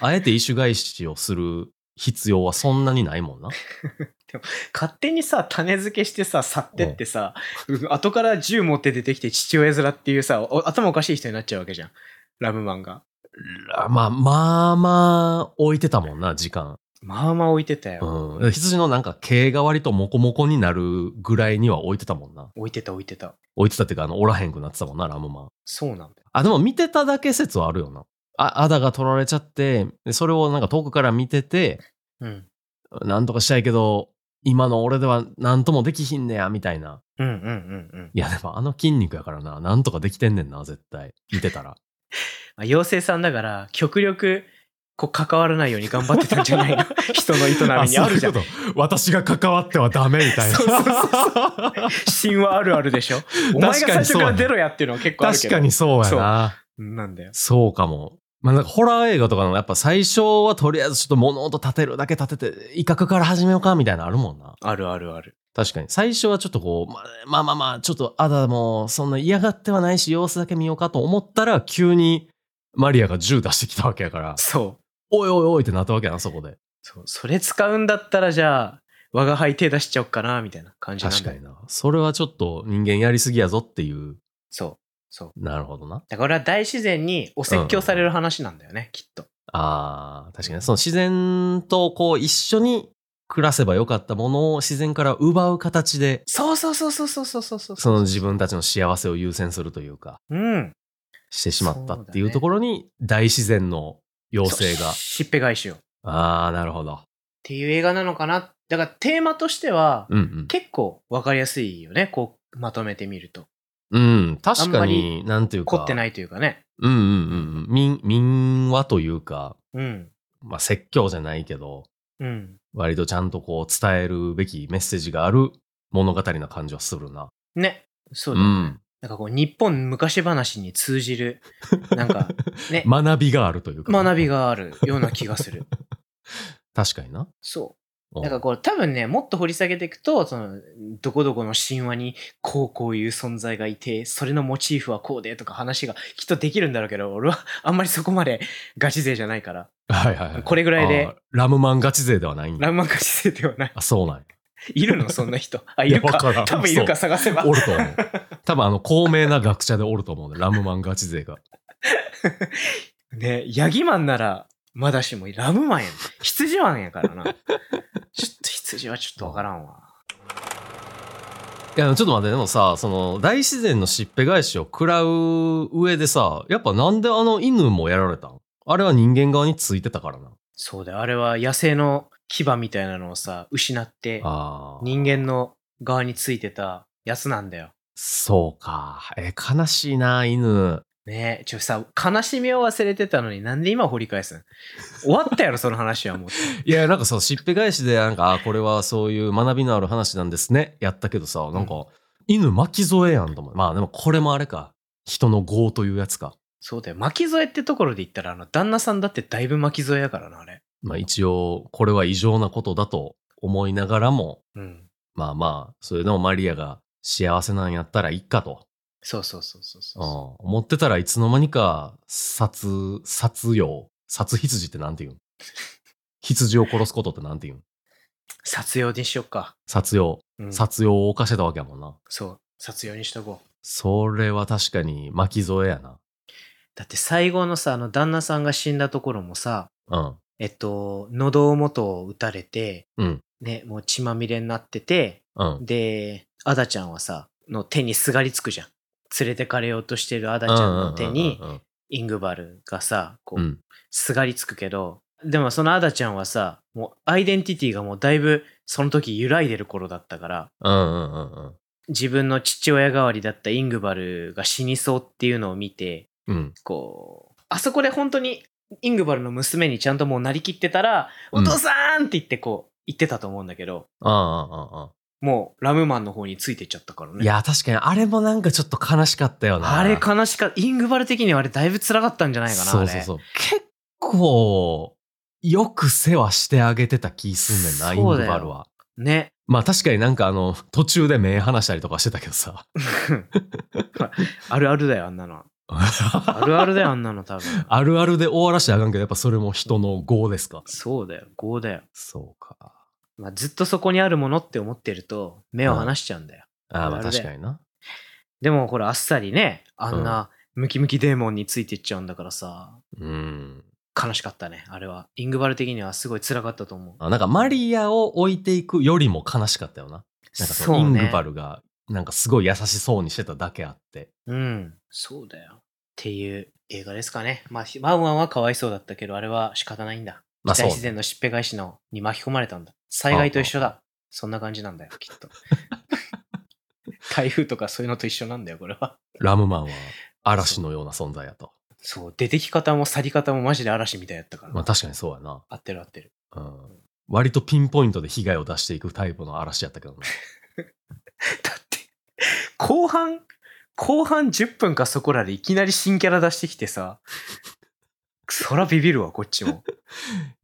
Speaker 2: あえて異種返しをする必要はそんなにないもんな。
Speaker 1: 勝手にさ種付けしてさ去ってってさ、うん後から銃持って出てきて父親面っていうさお頭おかしい人になっちゃうわけじゃんラムマンが
Speaker 2: らまあまあまあ置いてたもんな、時間。
Speaker 1: まあまあ置いてたよ、
Speaker 2: うん。羊のなんか毛が割とモコモコになるぐらいには置いてたもんな。
Speaker 1: 置いてた置いてた
Speaker 2: 置いてたっていうか、あの、おらへんくなってたもんな、ラムマン。
Speaker 1: そうなんだよ
Speaker 2: あ、でも見てただけ説はあるよな。あ、アダが取られちゃって、でそれをなんか遠くから見てて、
Speaker 1: うん
Speaker 2: なんとかしたいけど、今の俺ではなんともできひんねや、みたいな。
Speaker 1: うんうんうんうん。
Speaker 2: いや、でもあの筋肉やからな、なんとかできてんねんな、絶対。見てたら。
Speaker 1: まあ、妖精さんだから、極力、こう、関わらないように頑張ってたんじゃ (laughs) ない
Speaker 2: (laughs)
Speaker 1: の人の営みにあるじゃん。
Speaker 2: そういうこと私が関わってはダメみたいな。
Speaker 1: そうそう
Speaker 2: (laughs)
Speaker 1: そう神話あるあるでしょ。お前が最初から出ろやっていうのは結構あるけ
Speaker 2: 確
Speaker 1: ど。
Speaker 2: かにそうやな。
Speaker 1: なんだよ。
Speaker 2: そうかも。まあ、なんかホラー映画とかのやっぱ最初はとりあえずちょっと物音立てるだけ立てて威嚇から始めようかみたいなのあるもんな。
Speaker 1: あるあるある。
Speaker 2: 確かに。最初はちょっとこう、まあまあまあまあ、ちょっとあだもうそんな嫌がってはないし様子だけ見ようかと思ったら急にマリアが銃出してきたわけやから、
Speaker 1: そう。
Speaker 2: おいおいおいってなったわけやな、そこで。
Speaker 1: そうそれ使うんだったら、じゃあ、我が輩手出しちゃおっかな、みたいな感じなんだ
Speaker 2: 確
Speaker 1: よ
Speaker 2: かにな。それはちょっと人間やりすぎやぞっていう。
Speaker 1: そう。そう。
Speaker 2: なるほどな。
Speaker 1: だから大自然にお説教される話なんだよね、きっと。
Speaker 2: ああ、確かにその自然とこう一緒に暮らせばよかったものを自然から奪う形で、
Speaker 1: そうそうそうそうそうそうそうそう。
Speaker 2: その自分たちの幸せを優先するというか、
Speaker 1: うん。
Speaker 2: してしまった
Speaker 1: そ
Speaker 2: ってい
Speaker 1: うだ
Speaker 2: う
Speaker 1: ね
Speaker 2: ところに大自然の妖精
Speaker 1: そ
Speaker 2: が
Speaker 1: う。しっぺ返しを。っ
Speaker 2: ああ、なるほど。
Speaker 1: ていう映画なのかな。だからテーマとしては、
Speaker 2: うん
Speaker 1: 結構わかりやすいよね、こう、まとめてみると。
Speaker 2: うん。うん、確
Speaker 1: あんま
Speaker 2: か
Speaker 1: り
Speaker 2: に、なんていうか。
Speaker 1: 凝ってないというかね。
Speaker 2: うんうんうんうん。民、民話というか、
Speaker 1: うん。
Speaker 2: まあ説教じゃないけど、
Speaker 1: うん。
Speaker 2: 割とちゃんとこう伝えるべきメッセージがある物語な感じはするな。
Speaker 1: ね。そう
Speaker 2: う
Speaker 1: だよね。
Speaker 2: ん。
Speaker 1: なんかこう、日本昔話に通じ
Speaker 2: (laughs)
Speaker 1: る、なんか、ね、
Speaker 2: 学びがあるというか。
Speaker 1: 学び。があるような気がする。
Speaker 2: 確かにな。
Speaker 1: そう。
Speaker 2: うん
Speaker 1: なんかこう、多分ね、もっと掘り下げていくと、その、どこどこの神話に、こうこういう存在がいて、それのモチーフはこうでとか話がきっとできるんだろうけど、俺はあんまりそこまでガチ勢じゃないから、
Speaker 2: はいはいはい。
Speaker 1: これぐらいで
Speaker 2: あー。ラムマンガチ勢ではないん
Speaker 1: ラ
Speaker 2: や。
Speaker 1: ンマンガチ勢ではない。
Speaker 2: あ、そうなんや。
Speaker 1: いるのそんな人。あ、い
Speaker 2: いや
Speaker 1: るか。
Speaker 2: わからん
Speaker 1: 多分いるか
Speaker 2: そ
Speaker 1: 探せば。
Speaker 2: (laughs) おると思う。多分あの、高名な学者でおると思うね。ラムマンガチ勢が。
Speaker 1: ね、ヤギマンなら、まだしもラムマンやん。羊マンやから
Speaker 2: (laughs)
Speaker 1: な。ちょっと羊はちょっとわからんわ。
Speaker 2: いや、ちょっと待って、でもさ、その、大自然のしっぺ返しを食らう上でさ、やっぱなんであの犬もやられたんあれは人間側についてたからな。
Speaker 1: そうだよ。あれは野生の牙みたいなのをさ、失って、
Speaker 2: ああ。
Speaker 1: 人間の側についてたやつなんだよ。
Speaker 2: そうか。え、悲しいな、犬。
Speaker 1: ねえ、ちょさ、悲しみを忘れてたのになんで今掘り返すん終わったやろ、その話はもう。
Speaker 2: いや、なんかさ、しっぺ返しで、なんか、あこれはそういう学びのある話なんですね。やったけどさ、なんか、犬巻き添えやんと思う。まあでも、これもあれか。人の業というやつか。
Speaker 1: そうだよ。巻き添えってところで言ったら、あの、旦那さんだってだいぶ巻き添えやからな、あれ。
Speaker 2: まあ一応、これは異常なことだと思いながらも、
Speaker 1: うん。
Speaker 2: まあまあ、それでもマリアが幸せなんやったらいっかと。
Speaker 1: そうそうそうそう
Speaker 2: うん
Speaker 1: そ
Speaker 2: 思ってたらいつの間にか、殺、殺用、殺羊ってなんて
Speaker 1: (laughs)
Speaker 2: 言うん羊を殺すことってなんて言うん
Speaker 1: う。撮用にしよっか。
Speaker 2: 殺用。
Speaker 1: うん。
Speaker 2: 殺用を犯してたわけやもんな。
Speaker 1: そう。撮用にしとこう。
Speaker 2: それは確かに巻き添えやな。
Speaker 1: だって最後のさ、あの、旦那さんが死んだところもさ、
Speaker 2: うん。
Speaker 1: えっと、喉元を撃たれて、
Speaker 2: うん
Speaker 1: ね、もう血まみれになってて、
Speaker 2: うん。
Speaker 1: で、アダちゃんはさ、の手にすがりつくじゃん。連れてかれようとしてるアダちゃんの手に
Speaker 2: う、ん
Speaker 1: イングバルがさ、こ
Speaker 2: うんうんう
Speaker 1: う、
Speaker 2: ん。
Speaker 1: すがりつくけど、でもそのアダちゃんはさ、もうアイデンティティがもうだいぶその時揺らいでる頃だったから、
Speaker 2: うんうんうんうん
Speaker 1: 自分の父親代わりだったイングバルが死にそうっていうのを見て、
Speaker 2: うん。うん。
Speaker 1: こう、あそこで本当にイングバルの娘にちゃんともうなりきってたら、
Speaker 2: う
Speaker 1: お
Speaker 2: ん
Speaker 1: 父さんって言ってこう、言ってたと思うんだけど、
Speaker 2: ああああ
Speaker 1: もうラムマンの方についてっちゃったからね。
Speaker 2: いや、確かに、あれもなんかちょっと悲しかったよな。
Speaker 1: あれ悲しかイングバル的にはあれだいぶ辛かったんじゃないかな、
Speaker 2: そうそうそう。結構、よく世話してあげてた気すんねんな、イン
Speaker 1: そうだよ
Speaker 2: グバルは。
Speaker 1: う。ね。 (laughs)
Speaker 2: まあ確かになんかあの、途中で目離したりとかしてたけどさ。 (laughs)
Speaker 1: あるあるだよ、あんなの。あるあるだよ、あんなの多分。
Speaker 2: あるあるで終わらしてあかんけど、やっぱそれも人の業ですか。
Speaker 1: そうだよ、業だよ。
Speaker 2: そうか。
Speaker 1: まあ、ずっとそこにあるものって思ってると、目を離しちゃうんだよ。
Speaker 2: ああ、まあ
Speaker 1: あるあるで
Speaker 2: 確かにな。
Speaker 1: でも、ほら、あっさりね、あんなムキムキデーモンについてっちゃうんだからさ、
Speaker 2: うん。
Speaker 1: 悲しかったね、あれは。イングバル的にはすごい辛かったと思う。
Speaker 2: あなんかマリアを置いていくよりも悲しかったよな。なんかそのイ
Speaker 1: う
Speaker 2: ン
Speaker 1: ね
Speaker 2: グバルがなんかすごい優しそうにしてただけあって。
Speaker 1: うん、そうだよ。っていう映画ですかね。まあ、ひワンワンはかわいそうだったけど、あれは仕方ないんだ。
Speaker 2: まあ
Speaker 1: 大
Speaker 2: そう
Speaker 1: 自然のしっぺ返しのに巻き込まれたんだ。災害と一緒だ。そんな感じなんだよ、きっと。 (laughs) 台風とかそういうのと一緒なんだよ、これは。
Speaker 2: ラムマンは嵐のような存在やと。
Speaker 1: そう、出てき方も去り方もマジで嵐みたいだったから。
Speaker 2: まあ確かにそうやな。
Speaker 1: 合ってる合ってる。
Speaker 2: うん。割とピンポイントで被害を出していくタイプの嵐やった
Speaker 1: (laughs)
Speaker 2: けどな。
Speaker 1: だって、後半、後半10分かそこらでいきなり新キャラ出してきてさ、そらビビるわ、こっちも。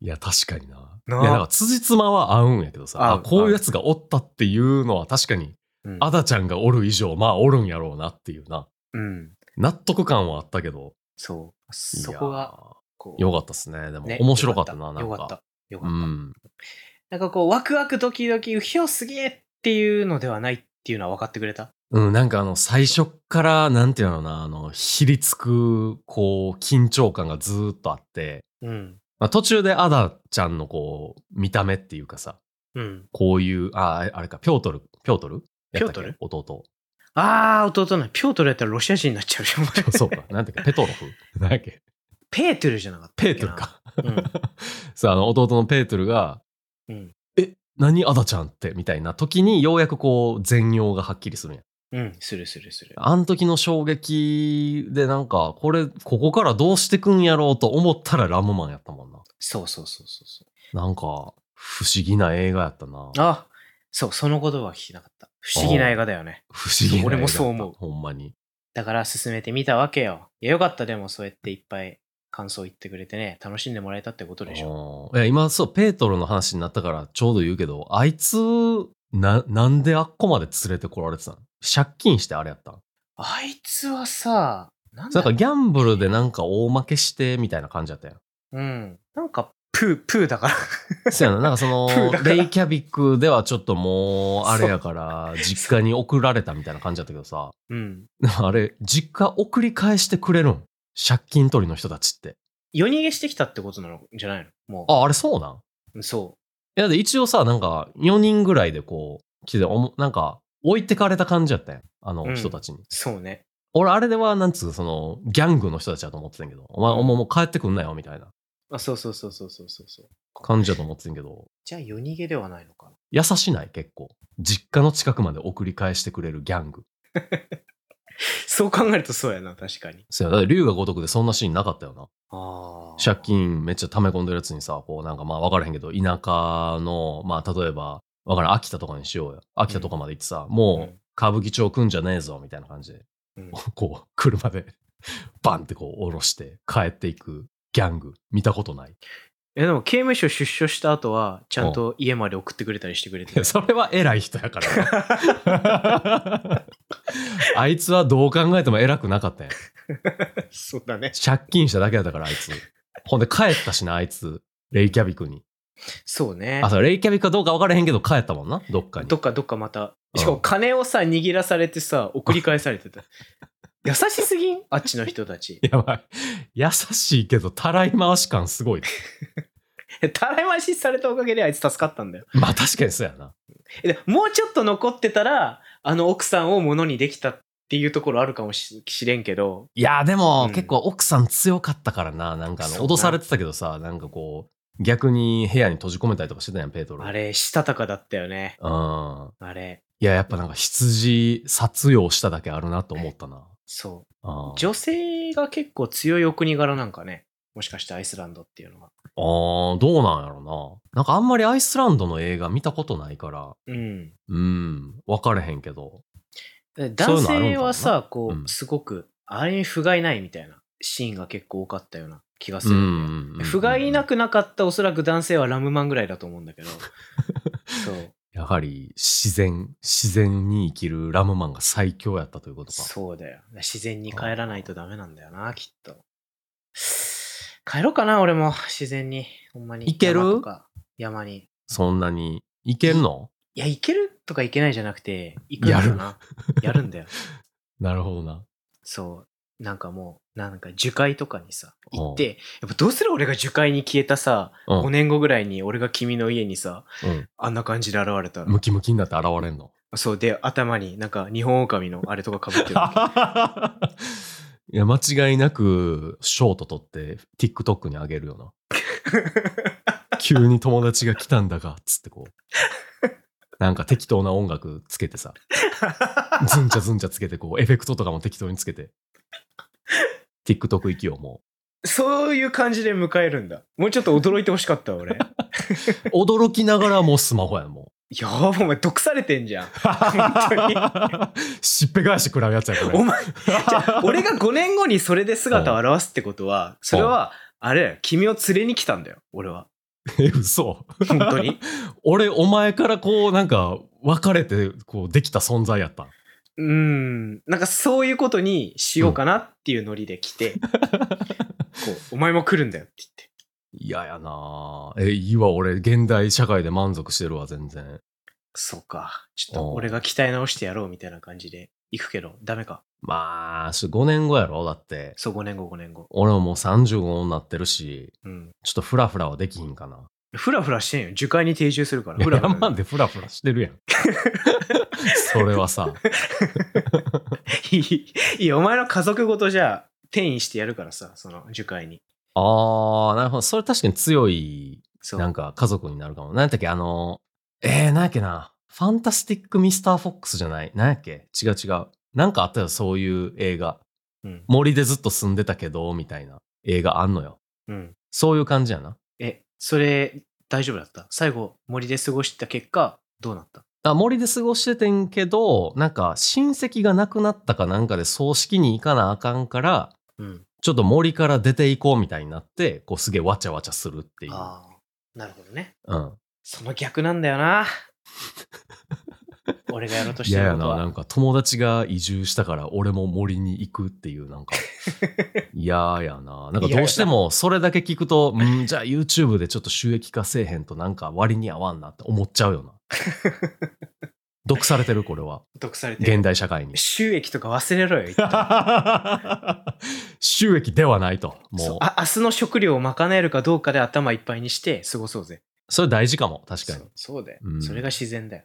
Speaker 2: いや、確かにな。
Speaker 1: なあ
Speaker 2: いや、だから辻褄は合うんやけどさ、
Speaker 1: 合う
Speaker 2: あこういうやつがおったっていうのは確かに、
Speaker 1: うん。
Speaker 2: アダちゃんがおる以上、まあおるんやろうなっていうな。
Speaker 1: うん、
Speaker 2: 納得感はあったけど。
Speaker 1: そう。
Speaker 2: いや
Speaker 1: そこが、こう。
Speaker 2: よかったっすね。でも、
Speaker 1: ね
Speaker 2: 面白かったな、なんか。
Speaker 1: よかった。よか
Speaker 2: う
Speaker 1: った。
Speaker 2: ん。
Speaker 1: なんかこう、ワクワクドキドキ、うひょすげえっていうのではないっていうのは分かってくれた
Speaker 2: うん、なんかあの、最初っから、なんていうのかな、あの、ひりつく、こう、緊張感がずーっとあって、
Speaker 1: うん。
Speaker 2: まあ、途中でアダちゃんのこう、見た目っていうかさ、
Speaker 1: うん。
Speaker 2: こういう、あ、あれか、ピョートル、ピョートルやったっけ
Speaker 1: ピョートル
Speaker 2: 弟。 (laughs)
Speaker 1: あー、弟の、ピョートルやったらロシア人になっちゃうよ、お前
Speaker 2: (laughs) そうか、なんていうか、ペトロフなんやっけ
Speaker 1: (laughs) ペートルじゃなかったっけ
Speaker 2: ペ
Speaker 1: な
Speaker 2: ート
Speaker 1: う
Speaker 2: ル。か。
Speaker 1: ん。
Speaker 2: (laughs) そう、あの、弟のペートルが、
Speaker 1: うん。
Speaker 2: え、何アダちゃんって、みたいな時に、ようやくこう、全容がはっきりするんや
Speaker 1: うん、するするする。
Speaker 2: あの時の衝撃でなんか、これ、ここからどうしてくんやろうと思ったらラムマンやったもんな。
Speaker 1: そうそうそうそうそう。
Speaker 2: なんか、不思議な映画やったな。
Speaker 1: あそう、その言葉は聞きなかった。不思議な映画だよね。
Speaker 2: 不思議な映画
Speaker 1: 俺
Speaker 2: やった
Speaker 1: もそう思う
Speaker 2: ほんまに。
Speaker 1: だから進めてみたわけよ。いや、よかった、でもそうやっていっぱい感想言ってくれてね、楽しんでもらえたってことでしょ。
Speaker 2: うんいや今、そう、ペートロの話になったからちょうど言うけど、あいつ、な、なんであっこまで連れてこられてたの借金してあれやったの
Speaker 1: あいつはさ、なん
Speaker 2: な
Speaker 1: だ
Speaker 2: んかギャンブルでなんか大負けしてみたいな感じや
Speaker 1: (laughs)
Speaker 2: ったやん。
Speaker 1: うん。なんか、プー、プーだから。 (laughs)
Speaker 2: そうやな。なんかその
Speaker 1: プーだ、から
Speaker 2: レイキャビックではちょっともう、あれ
Speaker 1: (laughs)
Speaker 2: やから、実家に送られたみたいな感じだったけどさ。 (laughs)
Speaker 1: うん。
Speaker 2: あれ、実家送り返してくれるん借金取りの人たちって。
Speaker 1: 夜逃げしてきたってことなのじゃないのも
Speaker 2: あ、あれそうなん
Speaker 1: う。そ
Speaker 2: いや、で、一応さ、なんか、4人ぐらいでこう、来て、おもなんか、置いてかれた感じやったやん。あ
Speaker 1: う
Speaker 2: の
Speaker 1: ん
Speaker 2: 人たちに。
Speaker 1: う。そうね。
Speaker 2: 俺、あれでは、なんつう、その、ギャングの人たちだと思ってたんやけど、お前、お前もう帰ってくんなよ、みたいな
Speaker 1: あ、そうそうそうそうそうそうそう。
Speaker 2: 感じだと思ってたんやけど、
Speaker 1: じゃあ夜逃げではないのかな。 (laughs)
Speaker 2: 優しない、結構。実家の近くまで送り返してくれるギャング。
Speaker 1: そう考えるとそうやな、確かに。
Speaker 2: そうや、だって竜が如くでそんなシーンなかったよな。
Speaker 1: ああ。
Speaker 2: 借金めっちゃ溜め込んでるやつにさ、こうなんかまあ分からへんけど、田舎の、まあ例えば、分からん、秋田とかにしようよ。秋田とかまで行ってさ、もう歌舞伎町来んじゃねえぞ、みたいな感じで、
Speaker 1: うん
Speaker 2: こう、車で、バンってこう、下ろして帰っていくギャング、見たことない。い
Speaker 1: え、でも刑務所出所した後は、ちゃんと家まで送ってくれたりしてくれて
Speaker 2: や、。それは偉い人やから。 (laughs) あいつはどう考えても偉くなかったんやん。
Speaker 1: (laughs) そうだね。
Speaker 2: 借金しただけやったから、あいつ。ほんで帰ったしな、あいつ。レイキャビクに。
Speaker 1: そうね
Speaker 2: あ、。そう、レイキャビかどうか分からへんけど、帰ったもんな、どっかに。
Speaker 1: どっかどっかまた。
Speaker 2: うん
Speaker 1: しかも金をさ、握らされてさ、送り返されて
Speaker 2: (laughs)
Speaker 1: た。優しすぎんあっちの人たち。
Speaker 2: やばい。優しいけど、たらい回し感すごい。
Speaker 1: たらい回しされたおかげであいつ助かったんだよ。
Speaker 2: まあ確かにそうやな。
Speaker 1: えでもうちょっと残ってたら、あの奥さんをものにできたっていうところあるかもししれんけど、
Speaker 2: いや、でも、
Speaker 1: うん
Speaker 2: 結構奥さん強かったからな。なんかあの、
Speaker 1: そう
Speaker 2: 脅されてたけどさ、なんかこう、逆に部屋に閉じ込めたりとかしてたやん、ペートロ。
Speaker 1: あれ、したたかだったよね。
Speaker 2: うん。
Speaker 1: あれ、
Speaker 2: いや、やっぱなんか羊殺用しただけあるなと思ったな。
Speaker 1: そうう。
Speaker 2: ん
Speaker 1: 女性が結構強いお国柄なんかね。もしかしてアイスランドっていうのは。
Speaker 2: あー、どうなんやろな。なんかあんまりアイスランドの映画見たことないから、
Speaker 1: うん。
Speaker 2: うん、分かれへんけど。そう
Speaker 1: 男
Speaker 2: いうのあるんかもな
Speaker 1: 性はさ、こ
Speaker 2: うん
Speaker 1: う、すごく、あれに不甲斐ないみたいなシーンが結構多かったような気がす
Speaker 2: うん
Speaker 1: る
Speaker 2: うん
Speaker 1: だよね、
Speaker 2: んうん。
Speaker 1: 不甲斐なくなかったおそらく男性はラムマンぐらいだと思うんだ
Speaker 2: (laughs)
Speaker 1: けど。そう。
Speaker 2: やはり自然、自然に生きるラムマンが最強やったということか。
Speaker 1: そうだよ。自然に帰らないとダメなんだよな、きっと。帰ろうかな、俺も。自然に。ほんまに。
Speaker 2: 行ける
Speaker 1: 山とか山に。
Speaker 2: そんなに。いけんの
Speaker 1: いや、行けるとか行けないじゃなくて、行くんだよな。やるんだよ。
Speaker 2: なるほどな。
Speaker 1: そう。なんかもう、なんか樹海とかにさ、行って、やっぱどうする俺が樹海に消えたさ、
Speaker 2: うん
Speaker 1: 5年後ぐらいに俺が君の家にさ、
Speaker 2: うん
Speaker 1: あんな感じで現れたら。
Speaker 2: ムキムキになって現れ
Speaker 1: (laughs)
Speaker 2: んの。
Speaker 1: そうで、頭になんか日本狼のあれとか被ってるわけ。
Speaker 2: いや、間違いなく、ショート撮って、TikTok にあげるよ
Speaker 1: (laughs)
Speaker 2: な。急に友達が来たんだが、つってこう、なんか適当な音楽つけ
Speaker 1: (laughs)
Speaker 2: てさ、ズンチャズンチャつけて、こう、エフェクトとかも適当につけて、TikTok 行きよ、も (laughs)
Speaker 1: そういう感じで迎えるんだ。もうちょっと驚いてほしかったわ
Speaker 2: (laughs)
Speaker 1: 俺。
Speaker 2: う。驚きながらもうスマホやん、もう。
Speaker 1: やば、お前、毒されてん
Speaker 2: (laughs)
Speaker 1: じゃん。本
Speaker 2: しっぺ返し食らうやつや、これ。
Speaker 1: お前、じゃあ俺が5年後にそれで姿を現すってことは、それは、あれ、君を連れに来たんだよ、俺は。
Speaker 2: え、嘘。
Speaker 1: 本当に。
Speaker 2: 俺、お前からこう、なんか、別れて、こう、できた存在やったん。
Speaker 1: うーん、なんかそういうことにしようかなっていうノリで来て、こう、お前も来るんだよって言って。
Speaker 2: 嫌やなぁえ、いいわ、俺、現代社会で満足してるわ、全然。
Speaker 1: そうか、ちょっと俺が鍛え直してやろうみたいな感じで行くけど、ダメか。
Speaker 2: まあ、5年後やろ、だって。
Speaker 1: そう、5年後、5年後。
Speaker 2: 俺ももう35になってるし、
Speaker 1: うん。
Speaker 2: ちょっとフラフラはできひんかな。
Speaker 1: ふらふらしてんよ。樹海に定住するから。ふ
Speaker 2: フ
Speaker 1: ら
Speaker 2: ラ
Speaker 1: ふら。
Speaker 2: 山でフラフラしてるやん。 (laughs) それはさ、
Speaker 1: いい、 (laughs) いい、お前の家族ごとじゃあ、転移してやるからさ、その樹海に。
Speaker 2: あー、なるほど。それ確かに強い
Speaker 1: そう。
Speaker 2: なんか家族になるかも。なんやったっけあの、えー、なんやっけな。ファンタスティック・ミスター・フォックスじゃないなんやっけ違う違う。なんかあったよ、そういう映画。
Speaker 1: うん。
Speaker 2: 森でずっと住んでたけど、みたいな映画あんのよ。
Speaker 1: うん。
Speaker 2: そういう感じやな。
Speaker 1: え、それ、大丈夫だった最後、森で過ごした結果、どうなった
Speaker 2: あ森で過ごしててんけど、なんか親戚が亡くなったかなんかで葬式に行かなあかんから、
Speaker 1: うん。
Speaker 2: ちょっと森から出ていこうみたいになって、こうすげえわちゃわちゃするっていう。
Speaker 1: ああ、なるほどね。
Speaker 2: うん。
Speaker 1: その逆なんだよ
Speaker 2: (laughs)
Speaker 1: な。俺がやろうとして
Speaker 2: 嫌
Speaker 1: る
Speaker 2: や
Speaker 1: こと
Speaker 2: な、な
Speaker 1: は。
Speaker 2: んか友達が移住したから俺も森に行くっていう、な
Speaker 1: (laughs)
Speaker 2: んか。嫌やな。なんかどうしてもそれだけ聞くと、うん、じゃあ YouTube でちょっと収益化せえへんとなんか割に合わんなって思っちゃ
Speaker 1: (laughs)
Speaker 2: うよな。毒されてる、これは。
Speaker 1: 毒されて
Speaker 2: 現
Speaker 1: る。
Speaker 2: 代
Speaker 1: (laughs)
Speaker 2: 社会に。
Speaker 1: 収益とか忘れろよ。
Speaker 2: 収益ではないと。
Speaker 1: そう
Speaker 2: (laughs) もう。
Speaker 1: あ明日の食料を賄えるかどうかで頭いっぱいにして過ごそうぜ。
Speaker 2: それ大事かも、確かに
Speaker 1: そ。うそうだよ、
Speaker 2: うん
Speaker 1: それが自然だよ。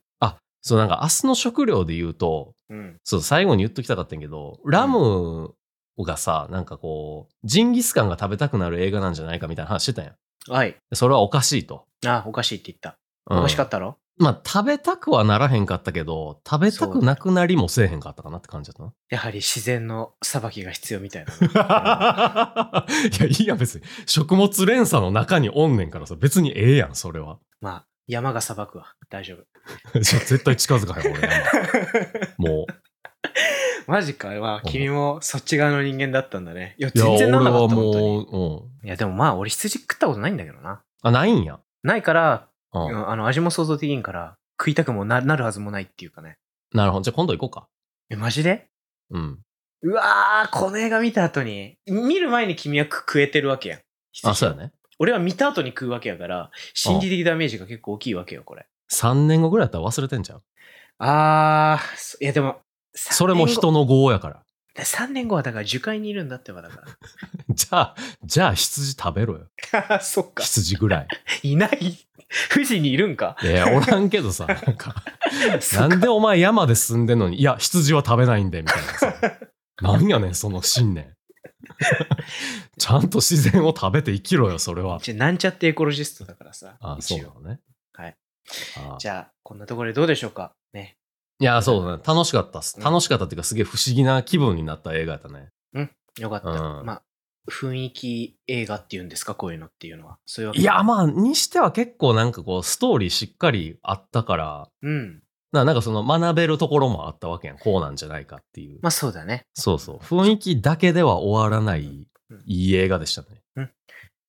Speaker 2: そう、なんか明日の食料で言うと、
Speaker 1: うん。
Speaker 2: そう、最後に言っときたかったんやけど、ラムがさ、なんかこう、ジンギスカンが食べたくなる映画なんじゃないかみたいな話してたんや。
Speaker 1: はい。
Speaker 2: それはおかしいと。
Speaker 1: あ、おかしいって言った。
Speaker 2: うん
Speaker 1: おかしかったろ、
Speaker 2: まあ、食べたくはならへんかったけど、食べたくなくなりもせえへんかったかなって感じだったな。 (laughs)
Speaker 1: やはり自然の裁きが必要みたいな。
Speaker 2: いや、いいやん、別に。食物連鎖の中におんねんからさ、別にええやん、それは。 (laughs)
Speaker 1: まあ、山が裁くわ。大丈夫。
Speaker 2: じゃあ絶対近づかへん、
Speaker 1: (laughs)
Speaker 2: 俺。もう。
Speaker 1: マジか。まあ、君もそっち側の人間だったんだね。いや、
Speaker 2: いや、
Speaker 1: 全然
Speaker 2: 俺
Speaker 1: なんなか
Speaker 2: は
Speaker 1: った。本当に
Speaker 2: もう、うん。
Speaker 1: いや、でもまあ、俺羊食ったことないんだけどな。
Speaker 2: あ、ないんや。
Speaker 1: ないから、
Speaker 2: う。
Speaker 1: うんんあの、味も想像できんから、食いたくもななるはずもないっていうかね。
Speaker 2: なるほど。じゃあ今度行こうか。
Speaker 1: え、マジで
Speaker 2: うん。
Speaker 1: うわー、この映画見た後に、見る前に君は食食えてるわけやん。羊
Speaker 2: あ、そうやね。
Speaker 1: 俺は見た後に食うわけやから、心理的ダメージが結構大きいわけよ、これ。
Speaker 2: 3年後ぐらいやったら忘れてんじゃん。
Speaker 1: あー、そいやでも、
Speaker 2: それも人の業やから。 (laughs)
Speaker 1: 3年後はだから樹海にいるんだってばだか
Speaker 2: じゃあ、じゃあ羊食べろよ。
Speaker 1: ら。 (laughs) そっか。
Speaker 2: 羊ぐらい。
Speaker 1: いない。富士にいるんか。
Speaker 2: いや、おらんけ
Speaker 1: (laughs)
Speaker 2: どさ、なんか、
Speaker 1: そ
Speaker 2: な
Speaker 1: っか
Speaker 2: んでお前山で住んでんのに、いや、羊は食べないんで、みたいなさ。
Speaker 1: (laughs)
Speaker 2: なんやねん、その信念。ちゃんと自然を食べて生きろよ、それは。
Speaker 1: じゃあなんちゃってエコロジストだからさ。
Speaker 2: あ、
Speaker 1: 一応
Speaker 2: そうなのね。
Speaker 1: はい
Speaker 2: あ。
Speaker 1: じゃあ、こんなところでどうでしょうか。ね。
Speaker 2: いや、そうだね。楽しかったっす。
Speaker 1: うん
Speaker 2: 楽しかったっていうか、すげえ不思議な気分になった映画やったね。
Speaker 1: よかった。
Speaker 2: うん
Speaker 1: まあ、雰囲気映画っていうんですか、こういうのっていうのは。そういうわけ
Speaker 2: いや、まあ、にしては結構なんかこう、ストーリーしっかりあったから、
Speaker 1: うん。
Speaker 2: ななんかその学べるところもあったわけやん。こうなんじゃないかっていう。
Speaker 1: まあそうだね。
Speaker 2: そうそう。雰囲気だけでは終わらない、い
Speaker 1: うん
Speaker 2: い映画でしたね。
Speaker 1: うん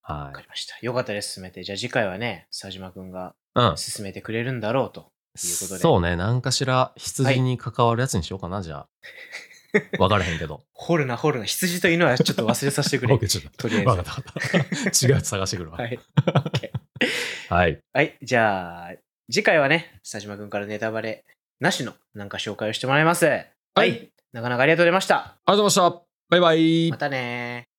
Speaker 2: は
Speaker 1: わか
Speaker 2: い。
Speaker 1: りました。よかったです、進めて。じゃあ次回はね、佐島くんが
Speaker 2: うん。
Speaker 1: 進めてくれるんだろうと。いうことで
Speaker 2: そうね。何かしら羊に関わるやつにしようかな、じ
Speaker 1: (laughs)
Speaker 2: ゃあ。わからへんけど。
Speaker 1: 掘るな、掘るな。羊と犬はちょっと忘れさせて
Speaker 2: (laughs)
Speaker 1: くれ。
Speaker 2: OK ちょっ
Speaker 1: と
Speaker 2: と
Speaker 1: りあえず。
Speaker 2: わかったわかった。違うやつ探してくるわ。
Speaker 1: は
Speaker 2: はい。
Speaker 1: い。はい。じゃあ、次回はね、佐島くんからネタバレなしのなんか紹介をしてもらいます。はい。なかなかありがとうございました。
Speaker 2: ありがとうございました。バイバイ。
Speaker 1: またねー。